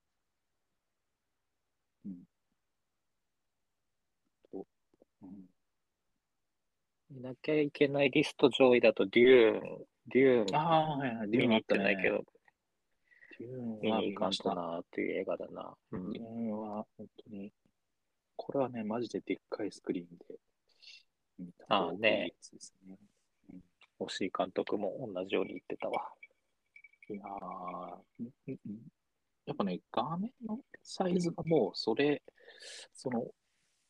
[SPEAKER 1] うん。と、うん。
[SPEAKER 2] 見なきゃいけないリスト上位だと、デューン、デューン、
[SPEAKER 1] ああ、はいはい。
[SPEAKER 2] 見に行ってないけ
[SPEAKER 1] ど。
[SPEAKER 2] ど、
[SPEAKER 1] デューン
[SPEAKER 2] 見
[SPEAKER 1] は
[SPEAKER 2] に
[SPEAKER 1] 見
[SPEAKER 2] 行か
[SPEAKER 1] ま
[SPEAKER 2] ん
[SPEAKER 1] し
[SPEAKER 2] と
[SPEAKER 1] た。
[SPEAKER 2] なっていう映画だな。うん
[SPEAKER 1] デューンは本当に、これはね、マジででっかいスクリーンで見た方がいいやつですね。
[SPEAKER 2] 押井監督も同じように言ってたわ。
[SPEAKER 1] いやーうんうんうんやっぱね、画面のサイズがもう、それ、その、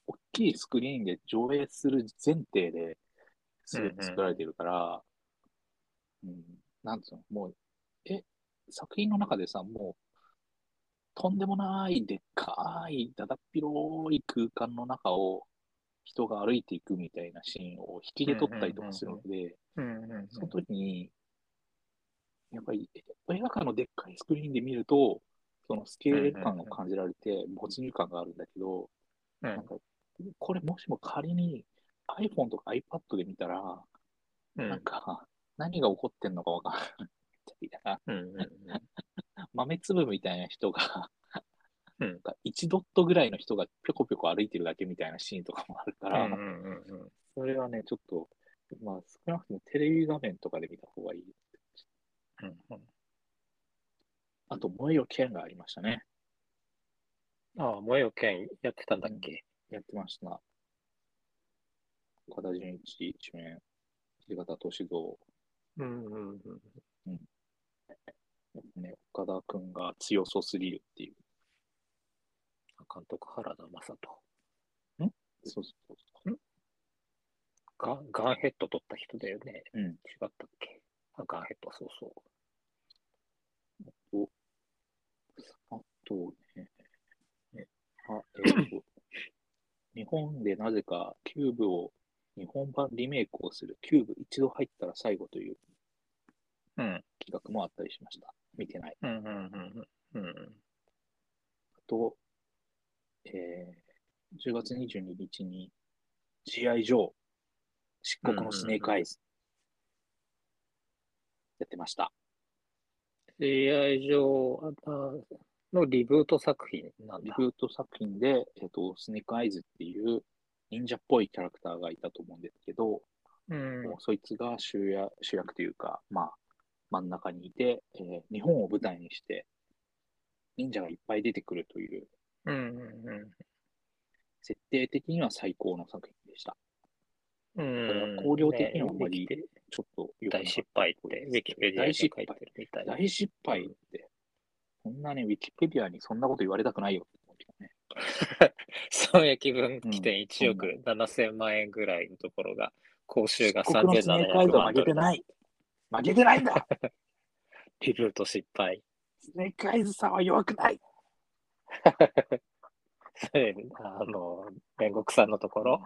[SPEAKER 1] 大きいスクリーンで上映する前提で
[SPEAKER 2] うんう
[SPEAKER 1] 作
[SPEAKER 2] ん
[SPEAKER 1] 作られてるから、うんなんつうの、もう、え、作品の中でさ、もう、とんでもない、でっかい、だだっ広い空間の中を、人が歩いていくみたいなシーンを引きで撮ったりとかするので、
[SPEAKER 2] うんうん
[SPEAKER 1] その時に、やっぱり映画館のでっかいスクリーンで見ると、そのスケール感を感じられて、没入感があるんだけど、
[SPEAKER 2] う
[SPEAKER 1] な
[SPEAKER 2] ん
[SPEAKER 1] んか、これもしも仮に iPhone とか iPad で見たら、
[SPEAKER 2] うん
[SPEAKER 1] なんか、何が起こってんのかわからないみたいな。
[SPEAKER 2] うんうん
[SPEAKER 1] 豆粒みたいな人が、
[SPEAKER 2] うん
[SPEAKER 1] なんか1ドットぐらいの人がぴょこぴょこ歩いてるだけみたいなシーンとかもあるから、
[SPEAKER 2] うんうんうんうん
[SPEAKER 1] それはね、ちょっと、まあ少なくともテレビ画面とかで見た方がいい。
[SPEAKER 2] うんうん
[SPEAKER 1] あと、燃えよ剣がありましたね。
[SPEAKER 2] ああ、燃えよ剣やってたんだっけ
[SPEAKER 1] やってました。岡田准一一面、土方歳三、
[SPEAKER 2] うんうんうん。
[SPEAKER 1] ね、岡田くんが強そうすぎるっていう。
[SPEAKER 2] 監督、原田雅人。
[SPEAKER 1] そうそう
[SPEAKER 2] ガンガンヘッド取った人だよね。
[SPEAKER 1] うん
[SPEAKER 2] 違ったっけあガンヘッド、そうそう。
[SPEAKER 1] そう。あとね、あ、えっ と、日本でなぜかキューブを日本版リメイクをする、キューブ一度入ったら最後という
[SPEAKER 2] うん。
[SPEAKER 1] 企画もあったりしました。見てない。
[SPEAKER 2] うんうんうんうん。
[SPEAKER 1] あと、えー、10月22日に GI ジョー、漆黒のスネークアイズ、やってました。
[SPEAKER 2] AI 上あのリブート作品なん
[SPEAKER 1] リ
[SPEAKER 2] だ。
[SPEAKER 1] ブート作品で、えっと、スネークアイズっていう忍者っぽいキャラクターがいたと思うんですけど、
[SPEAKER 2] うん
[SPEAKER 1] もうそいつが主役主役というか、まあ、真ん中にいて、えー日本を舞台にして、忍者がいっぱい出てくるという、
[SPEAKER 2] うんうん
[SPEAKER 1] 設定的には最高の作品でした。
[SPEAKER 2] う
[SPEAKER 1] こ
[SPEAKER 2] ん。
[SPEAKER 1] れ
[SPEAKER 2] う
[SPEAKER 1] は考
[SPEAKER 2] ん。
[SPEAKER 1] 慮的にはあんまり
[SPEAKER 2] ねウィキペ
[SPEAKER 1] ちょっと良くなか
[SPEAKER 2] 大
[SPEAKER 1] った
[SPEAKER 2] 失敗って、ウィキペディア
[SPEAKER 1] 大
[SPEAKER 2] に書
[SPEAKER 1] 失
[SPEAKER 2] いて
[SPEAKER 1] 敗
[SPEAKER 2] るみたいな。
[SPEAKER 1] 大失敗って、そんなね、ウィキペディアにそんなこと言われたくないよって思ってね。
[SPEAKER 2] 損益分岐点1
[SPEAKER 1] う
[SPEAKER 2] 億7000万円ぐらいのところが、報酬が
[SPEAKER 1] 漆黒のスネークアイ
[SPEAKER 2] 3700
[SPEAKER 1] ズは
[SPEAKER 2] 万
[SPEAKER 1] 負け
[SPEAKER 2] ド
[SPEAKER 1] て
[SPEAKER 2] ル。
[SPEAKER 1] ない。負けてないんだ
[SPEAKER 2] リブート失敗。
[SPEAKER 1] スネークアイズさんは弱くない
[SPEAKER 2] それあの、煉獄さんのところ。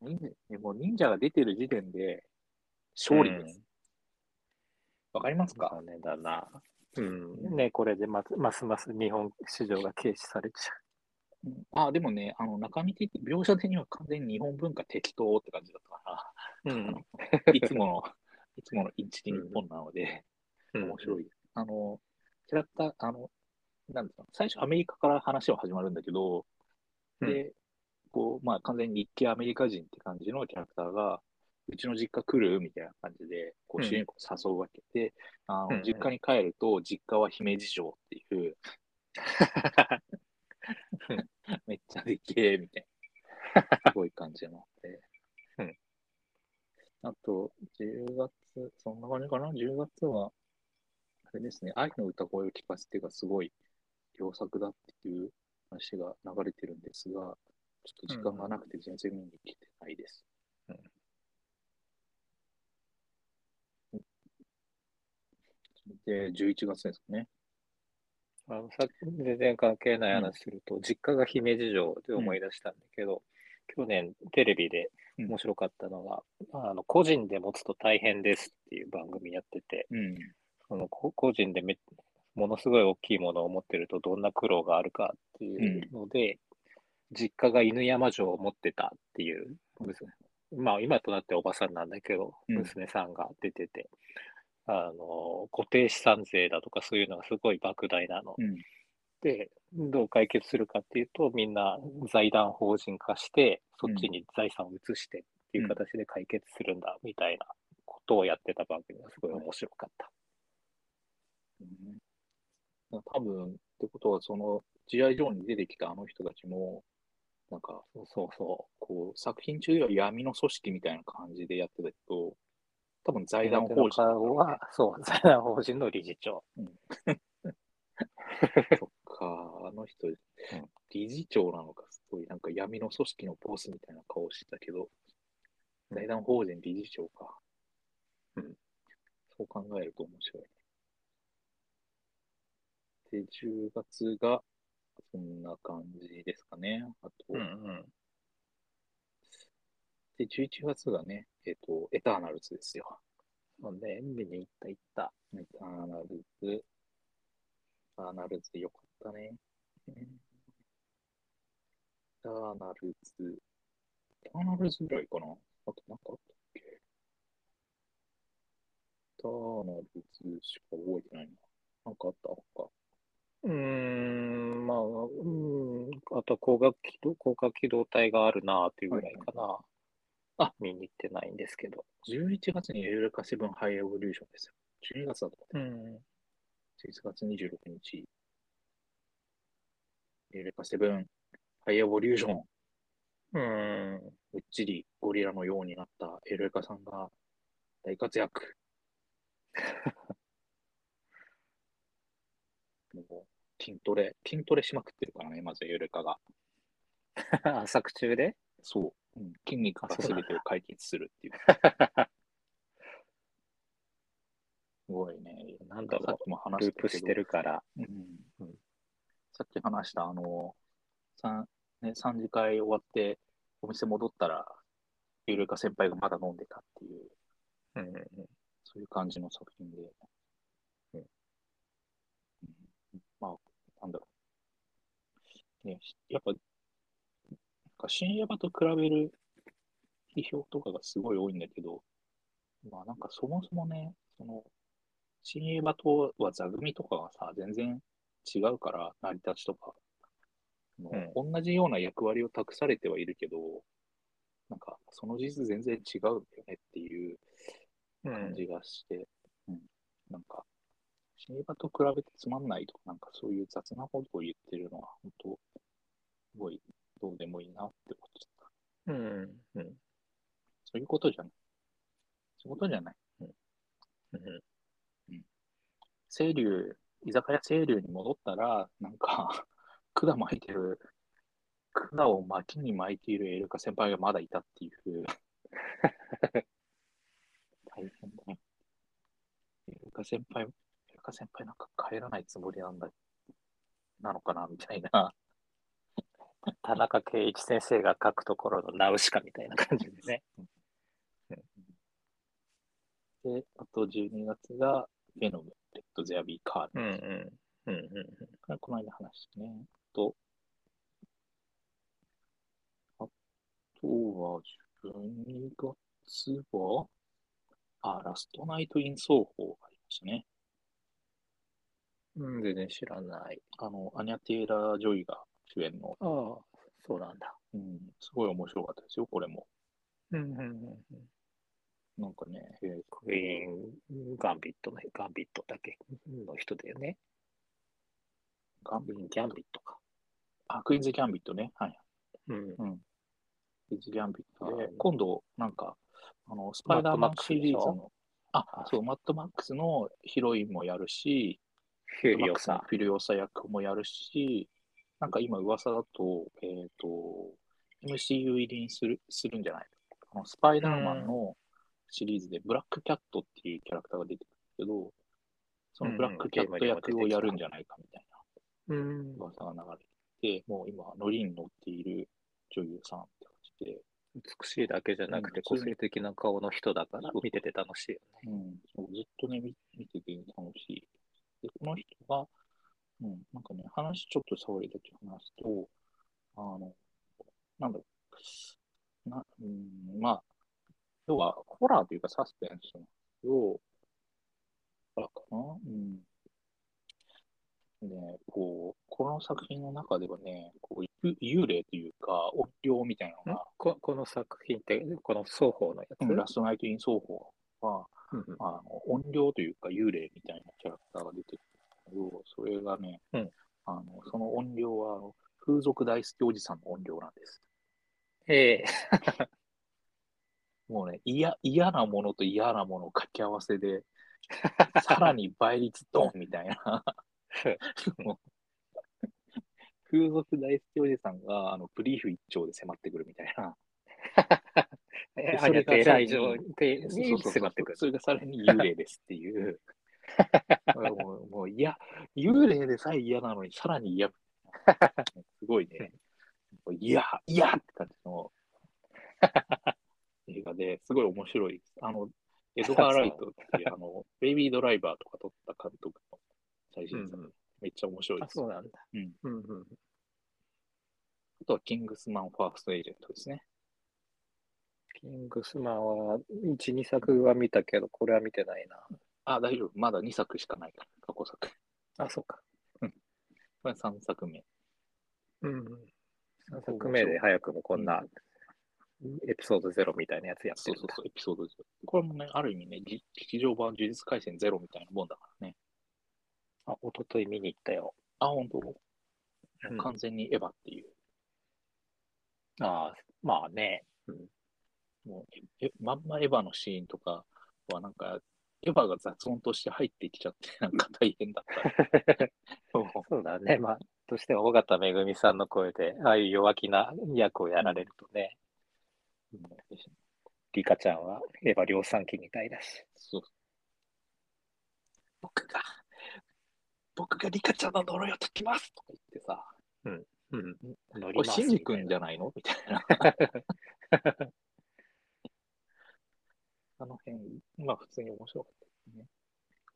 [SPEAKER 1] 忍者もう忍者が出てる時点で勝利です。わ、かりますか
[SPEAKER 2] 残念だな。うん。ね、これでまますます日本市場が軽視されちゃ
[SPEAKER 1] あ、でもね、あの中身的、描写的には完全に日本文化適当って感じだったか
[SPEAKER 2] う。う
[SPEAKER 1] ら、いつもの、いつものインチキ日本なので。面白
[SPEAKER 2] い。
[SPEAKER 1] い。あの、キャラクター、あの、なんですか、最初アメリカから話は始まるんだけど、で、こう、まあ完全に日系アメリカ人って感じのキャラクターが、うちの実家来るみたいな感じで、こう
[SPEAKER 2] うん
[SPEAKER 1] 主人公を誘うわけで、あ
[SPEAKER 2] うんう
[SPEAKER 1] の
[SPEAKER 2] ん
[SPEAKER 1] 実家に帰ると、実家は姫路城って いう、めっちゃでけえみたいな、すごい感じので。
[SPEAKER 2] うん
[SPEAKER 1] あと、10月、そんな感じかな ?10 月は、あれですね、愛の歌声を聞かせてがすごい良作だっていう話が流れてるんですが、ちょっと時間がなくて全然見に来てないです。
[SPEAKER 2] うん
[SPEAKER 1] で、11月ですね。
[SPEAKER 2] あのさっき全然関係ない話すると、実家が姫路城で思い出したんだけど、去年テレビで面白かったのが、あの個人で持つと大変ですっていう番組やってて、
[SPEAKER 1] うん。
[SPEAKER 2] そのこ個人でめものすごい大きいものを持ってるとどんな苦労があるかっていうので、実家が犬山城を持ってたっていう娘、まあ今となっておばさんなんだけど、
[SPEAKER 1] うん
[SPEAKER 2] 娘さんが出てて、あの固定資産税だとかそういうのがすごい莫大なの。
[SPEAKER 1] うん。
[SPEAKER 2] で、どう解決するかっていうと、みんな財団法人化して、そっちに財産を移してっていう形で解決するんだ、みたいなことをやってた番組がすごい面白かった。
[SPEAKER 1] うん、多分ってことは、その、GI 上に出てきたあの人たちも、なんか、
[SPEAKER 2] そうそうそ
[SPEAKER 1] こう、作品中では闇の組織みたいな感じでやってたけど、多分
[SPEAKER 2] う。
[SPEAKER 1] 財団
[SPEAKER 2] 表
[SPEAKER 1] 法
[SPEAKER 2] の
[SPEAKER 1] 人、
[SPEAKER 2] 顔は、そう、 財団法人の理事長。
[SPEAKER 1] そっか、あの人、理事長なのか、すごい、なんか闇の組織のボスみたいな顔してたけど、
[SPEAKER 2] うん
[SPEAKER 1] 財団法人理事長か。
[SPEAKER 2] うん
[SPEAKER 1] そう考えると面白い。で、10月が、そんな感じですかね。あと、
[SPEAKER 2] ん
[SPEAKER 1] で、11月がね、えっ、と、エターナルズですよ。
[SPEAKER 2] うん。そうね、見に行った行った。
[SPEAKER 1] エターナルズ。エターナルズよかったね。うんエターナルズ。エターナルズぐらいかなあとなんかあったっけエターナルズしか覚えてないな。なんかあった他。
[SPEAKER 2] うーん、まあ、うん、あと光学機動、光学機動隊があるなっていうぐらいかな。あ、見に行ってないんですけど。
[SPEAKER 1] 11月にエルカセブンハイエボリューションですよ。12月だと思って
[SPEAKER 2] うん。
[SPEAKER 1] 11月26日、エレカセブン、ハイエボリュージョン、
[SPEAKER 2] うん。
[SPEAKER 1] うっちりゴリラのようになったエレカさんが大活 躍。もう筋トレ、筋トレしまくってるからね、まずエウレカが。
[SPEAKER 2] 浅く中で
[SPEAKER 1] そう。うん、筋肉が
[SPEAKER 2] あそう
[SPEAKER 1] 全
[SPEAKER 2] なんだ
[SPEAKER 1] てを解決するっていう。 すごいね。
[SPEAKER 2] なんだろう
[SPEAKER 1] さっきも話
[SPEAKER 2] ル
[SPEAKER 1] し
[SPEAKER 2] ープして
[SPEAKER 1] たけど、
[SPEAKER 2] るから。
[SPEAKER 1] うんうんさっき話した、あの、三ね、三次会終わって、お店戻ったら、ゆるか先輩がまだ飲んでたっていう、
[SPEAKER 2] うん、
[SPEAKER 1] そういう感じの作品で。
[SPEAKER 2] うん
[SPEAKER 1] うんまあ、なんだろう。ね、やっぱ、なんか深夜場と比べる批評とかがすごい多いんだけど、まあなんかそもそもね、その、深夜場とは座組とかがさ、全然違うから、成り立ちとか。もう同じような役割を託されてはいるけど、なんかその事実全然違うんだよねっていう
[SPEAKER 2] う
[SPEAKER 1] 感
[SPEAKER 2] ん、
[SPEAKER 1] じがして、うんなんか、シネバと比べてつまんないとか、なんかそういう雑なことを言ってるのは、本当、すごいどうでもいいなって思っちゃった。
[SPEAKER 2] うん、うん、
[SPEAKER 1] そういうことじゃない。そういうことじゃない。
[SPEAKER 2] うん
[SPEAKER 1] 清流、居酒屋清流に戻ったら、なんか、 管巻いてる、管を巻きに巻いているエルカ先輩がまだいたっていう。 大変だね。エルカ先輩、エルカ先輩なんか帰らないつもりなんだ、なのかな、みたいな。
[SPEAKER 2] 田中圭一先生が書くところのナウシカみたいな感じでね。
[SPEAKER 1] で、あと12月が、ゲノム、レッドゼアビーカール。
[SPEAKER 2] うんうんうんう
[SPEAKER 1] この間話したね。と、あとは、12月は、あ、ラストナイト・イン・奏法がありましたね。
[SPEAKER 2] んうん。全然知らない。
[SPEAKER 1] あの、アニャ・テイラー・ジョイが主演の、
[SPEAKER 2] ああ、そうなんだ。
[SPEAKER 1] うん、すごい面白かったですよ、これも。
[SPEAKER 2] うんうんうん。
[SPEAKER 1] なんかね、えー
[SPEAKER 2] クイーン、ガンビットの、ガンビットだけの人だよね。
[SPEAKER 1] ガン
[SPEAKER 2] ク
[SPEAKER 1] ビ
[SPEAKER 2] イーン、ギャンビットか。
[SPEAKER 1] あ、クイーンズ・ギャンビットね。はい。
[SPEAKER 2] うん。
[SPEAKER 1] クイーンズ・ギャンビットで
[SPEAKER 2] あ、
[SPEAKER 1] 今度、なんか、あの、スパイダーマンシリーズ
[SPEAKER 2] マッドマ
[SPEAKER 1] の、あ、そう、マッドマックスのヒロインもやるし、
[SPEAKER 2] フュー
[SPEAKER 1] マッ
[SPEAKER 2] リオ
[SPEAKER 1] クスの
[SPEAKER 2] さ。
[SPEAKER 1] フィリオサ役もやるし、なんか今噂だと、えっ、と、MCU 入りにするするんじゃないあのスパイダーマンのシリーズで、ブラックキャットっていうキャラクターが出てくるけど、そのブラックキャット役をやるんじゃないかみたい
[SPEAKER 2] うん
[SPEAKER 1] な。噂が流れてきて、もう今、ノリに乗っている女優さんって感じで、
[SPEAKER 2] 美しいだけじゃなく
[SPEAKER 1] う
[SPEAKER 2] て
[SPEAKER 1] ん
[SPEAKER 2] 個性的な顔の人だから見てて楽しいよね。
[SPEAKER 1] うん、そうずっとね、見見てて楽しい。で、この人が、うん、なんかね、話ちょっと触りだけ話すと、あの、なんだろう、な、うん、まあ、要は、ホラーというかサスペンスの要だかな、うん。ね、こう、この作品の中ではね、こう、幽幽霊というか、怨霊みたいなの
[SPEAKER 2] ん
[SPEAKER 1] が、
[SPEAKER 2] ここの作品って、この双方のやつ、
[SPEAKER 1] ラストナイト・イン・奏法は、
[SPEAKER 2] うん
[SPEAKER 1] あの音量というか幽霊みたいなキャラクターが出てくるんだけど、それがね、
[SPEAKER 2] うん
[SPEAKER 1] あのその音量はあの風俗大好きおじさんの音量なんです。
[SPEAKER 2] ええ
[SPEAKER 1] もうね、嫌嫌なものと嫌なものを掛け合わせ で、さらに倍率ドンみたいな。もう 風俗大好きおじさんがあのブリーフ一丁で迫ってくるみたいな。
[SPEAKER 2] え
[SPEAKER 1] そ
[SPEAKER 2] アニ
[SPEAKER 1] れ
[SPEAKER 2] ャ
[SPEAKER 1] が
[SPEAKER 2] テイラ以
[SPEAKER 1] さら
[SPEAKER 2] 上
[SPEAKER 1] に
[SPEAKER 2] で
[SPEAKER 1] そうそうそう
[SPEAKER 2] 迫ってくる。
[SPEAKER 1] それがさらに幽霊ですって いう。もう、もういや、幽霊でさえ嫌なのに、さらに嫌。すごい ね。いや、いやって感じの映画ですごい面白いです。あの、エドガー・ライトって いう、あの、ベイビードライバーとか撮った監督の最新作、
[SPEAKER 2] うんうん
[SPEAKER 1] めっちゃ面白い
[SPEAKER 2] あ、
[SPEAKER 1] です。
[SPEAKER 2] そうなんだ。
[SPEAKER 1] うん
[SPEAKER 2] うんうん
[SPEAKER 1] あとは、キングスマン・ファースト・エージェントですね。
[SPEAKER 2] キングスマンは1、2作は見たけど、これは見てないな。
[SPEAKER 1] あ、大丈夫。まだ2作しかないから、過去作。
[SPEAKER 2] あ、そうか。
[SPEAKER 1] これ3作目。
[SPEAKER 2] うん。3作目で早くもこんな、エピソードゼロみたいなやつやって
[SPEAKER 1] そう
[SPEAKER 2] るん
[SPEAKER 1] そう
[SPEAKER 2] だ。
[SPEAKER 1] そう、エピソードゼロこれもね、ある意味ね、じ劇場版呪術廻戦ゼロみたいなもんだからね。
[SPEAKER 2] あ、一昨日見に行ったよ。
[SPEAKER 1] あ、本当、
[SPEAKER 2] うん
[SPEAKER 1] 完全にエヴァっていう。
[SPEAKER 2] ああ、まあ ね。
[SPEAKER 1] もうええまんまエヴァのシーンとかは、なんか、エヴァが雑音として入ってきちゃって、 なんか大変だった。も
[SPEAKER 2] そうだね。まあ、どうしても尾形めぐみさんの声で、ああいう弱気な役をやられるとね、
[SPEAKER 1] う
[SPEAKER 2] リカちゃんはエヴァ量産機みたいだし。
[SPEAKER 1] そう僕が、僕がリカちゃんの呪いを解きますとか言ってさ、
[SPEAKER 2] うん。乗
[SPEAKER 1] これシンジ君じ
[SPEAKER 2] ゃ。
[SPEAKER 1] ゃないのみたいな。 あの辺、まあ普通に面白かっ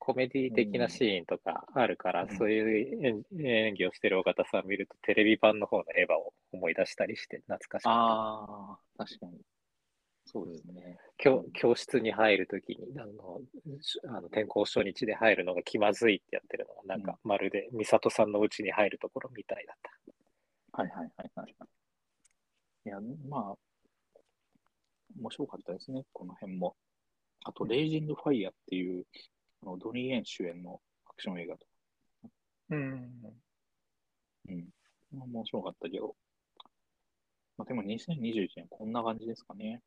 [SPEAKER 2] コメディ的なシーンとかあるから、
[SPEAKER 1] うん
[SPEAKER 2] そういう演演技をしてる尾形さん見ると、テレビ版の方のエヴァを思い出したりして、懐かし
[SPEAKER 1] た。
[SPEAKER 2] かった
[SPEAKER 1] ああ、確かに。そうですね。
[SPEAKER 2] 教教室に入るときにあのしあの転校初日で入るのが気まずいってやってるのがなんかまるで美里さんの家に入るところみたいだった。
[SPEAKER 1] はいはいはいはい。いや、まあ、面白かったですね、この辺も。あと、レイジング・ファイヤーっていう、あのドニー・エン主演のアクション映画とか、
[SPEAKER 2] うん、
[SPEAKER 1] うん、まあ面白かったけど、まあ、でも2021年こんな感じですかね。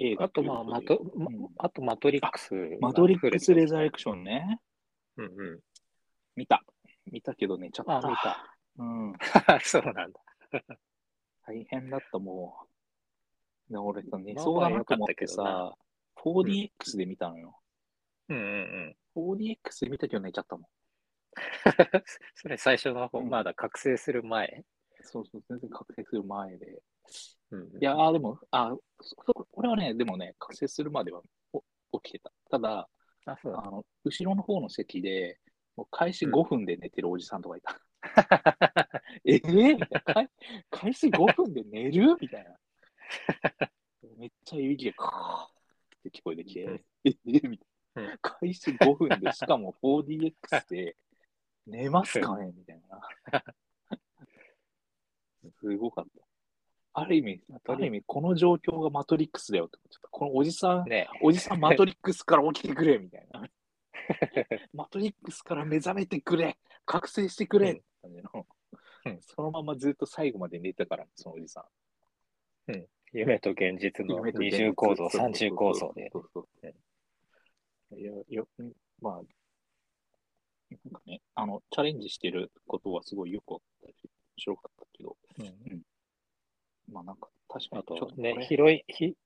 [SPEAKER 1] 映画
[SPEAKER 2] あとま
[SPEAKER 1] い
[SPEAKER 2] あ
[SPEAKER 1] う
[SPEAKER 2] マ
[SPEAKER 1] こと
[SPEAKER 2] ト
[SPEAKER 1] で、
[SPEAKER 2] ま
[SPEAKER 1] うん
[SPEAKER 2] あとマトリックス、
[SPEAKER 1] マドリックス・レザ
[SPEAKER 2] イ、
[SPEAKER 1] レクションね。
[SPEAKER 2] うんうん、
[SPEAKER 1] 見た。見たけど寝ちゃった。
[SPEAKER 2] あ見た。
[SPEAKER 1] うん。
[SPEAKER 2] そうなんだ。
[SPEAKER 1] 大変だった、もう。で俺さ、寝
[SPEAKER 2] まあ
[SPEAKER 1] そうだなと思
[SPEAKER 2] まあ良かっ
[SPEAKER 1] った
[SPEAKER 2] け
[SPEAKER 1] て
[SPEAKER 2] ど
[SPEAKER 1] さ
[SPEAKER 2] な、
[SPEAKER 1] 4DX で見たのよ。
[SPEAKER 2] うんうんうん、
[SPEAKER 1] 4DX で見たけど寝ちゃったもん。
[SPEAKER 2] それ最初の方、
[SPEAKER 1] うん
[SPEAKER 2] まだ覚醒する前。
[SPEAKER 1] そうそう、全然覚醒する前で。
[SPEAKER 2] うんう
[SPEAKER 1] い
[SPEAKER 2] ん
[SPEAKER 1] やー、でも、あそそ俺はね、でもね、覚醒するまではお起きてた。ただ、
[SPEAKER 2] あそう
[SPEAKER 1] あ
[SPEAKER 2] だ
[SPEAKER 1] の後ろの方の席で、もう開始
[SPEAKER 2] うん
[SPEAKER 1] 5分で寝てるおじさんとかい た。ええみたいな。開開始5分で寝るみたいな。めっちゃいびきがカーって聞こえてきて、
[SPEAKER 2] うん
[SPEAKER 1] ええみたいうな。開始5分で、しかも 4DX で寝ますかねみたいな。すごかった。ある意味、ある意味、この状況がマトリックスだよって思っちゃった。このおじさん、
[SPEAKER 2] ね
[SPEAKER 1] おじさんマトリックスから起きてくれみたい な。マトリックスから目覚めてくれ覚醒してくれ、
[SPEAKER 2] うん
[SPEAKER 1] って感じの
[SPEAKER 2] うん
[SPEAKER 1] そのままずっと最後まで寝てたから、そのおじさん。
[SPEAKER 2] 夢と現実の
[SPEAKER 1] 夢と
[SPEAKER 2] 二
[SPEAKER 1] 現実
[SPEAKER 2] 重構
[SPEAKER 1] そうそ
[SPEAKER 2] 造、
[SPEAKER 1] うそう
[SPEAKER 2] 三重構造で。
[SPEAKER 1] そうそうそういやよまあ、なんかね、あの、チャレンジしてることはすごいよくわかったし、面白かったけど、まあなんか、確かに
[SPEAKER 2] あ
[SPEAKER 1] ちょっと
[SPEAKER 2] とね、
[SPEAKER 1] ね、
[SPEAKER 2] 広い、ひ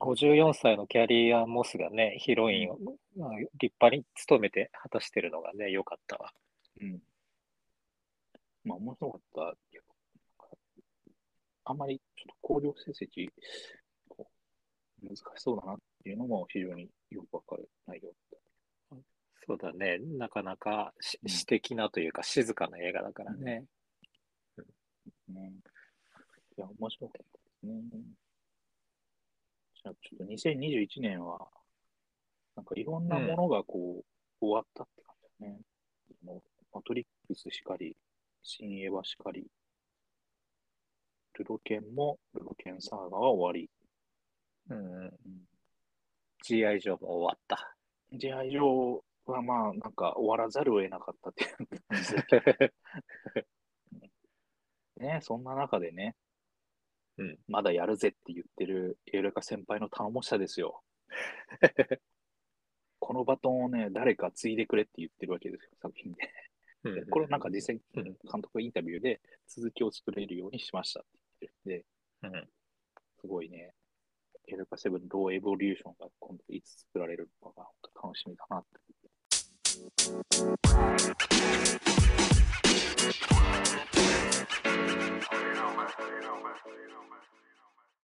[SPEAKER 2] 54歳のキャリア・モスがね、ヒロインを、まあ立派に務めて果たしてるのがね、良かったわ。
[SPEAKER 1] うん。まあ面白かったけど、なんかあんまりちょっと考慮成績、こう難しそうだなっていうのも非常によくわかる内容。
[SPEAKER 2] そうだね、なかなかし
[SPEAKER 1] うん
[SPEAKER 2] 詩的なというか、静かな映画だからね。
[SPEAKER 1] ね。いや、面白かったですね。じゃあ、ちょっと2021年は、なんかいろんなものがこう、終わったって感じだね。そのマトリックスしかり、新エヴァしかり、ルロケンも、ルロケンサーガは終わり。
[SPEAKER 2] うんうん
[SPEAKER 1] うん、
[SPEAKER 2] GI 上も終わった。
[SPEAKER 1] 試合上はまあ、なんか終わらざるを得なかったっていう感じだけ どね、そんな中でね、
[SPEAKER 2] うん
[SPEAKER 1] まだやるぜって言ってるエウレカ先輩の頼もしさです よ。このバトンをね、誰か継いでくれって言ってるわけですよ、作品で。
[SPEAKER 2] うんうん
[SPEAKER 1] これなんか実際、
[SPEAKER 2] うん
[SPEAKER 1] 監督インタビューで続きを作れるようにしましたって言ってるんで、
[SPEAKER 2] うん
[SPEAKER 1] すごいね、エウレカセブンローエボリューションが今度いつ作られるのかが本当楽しみだなって。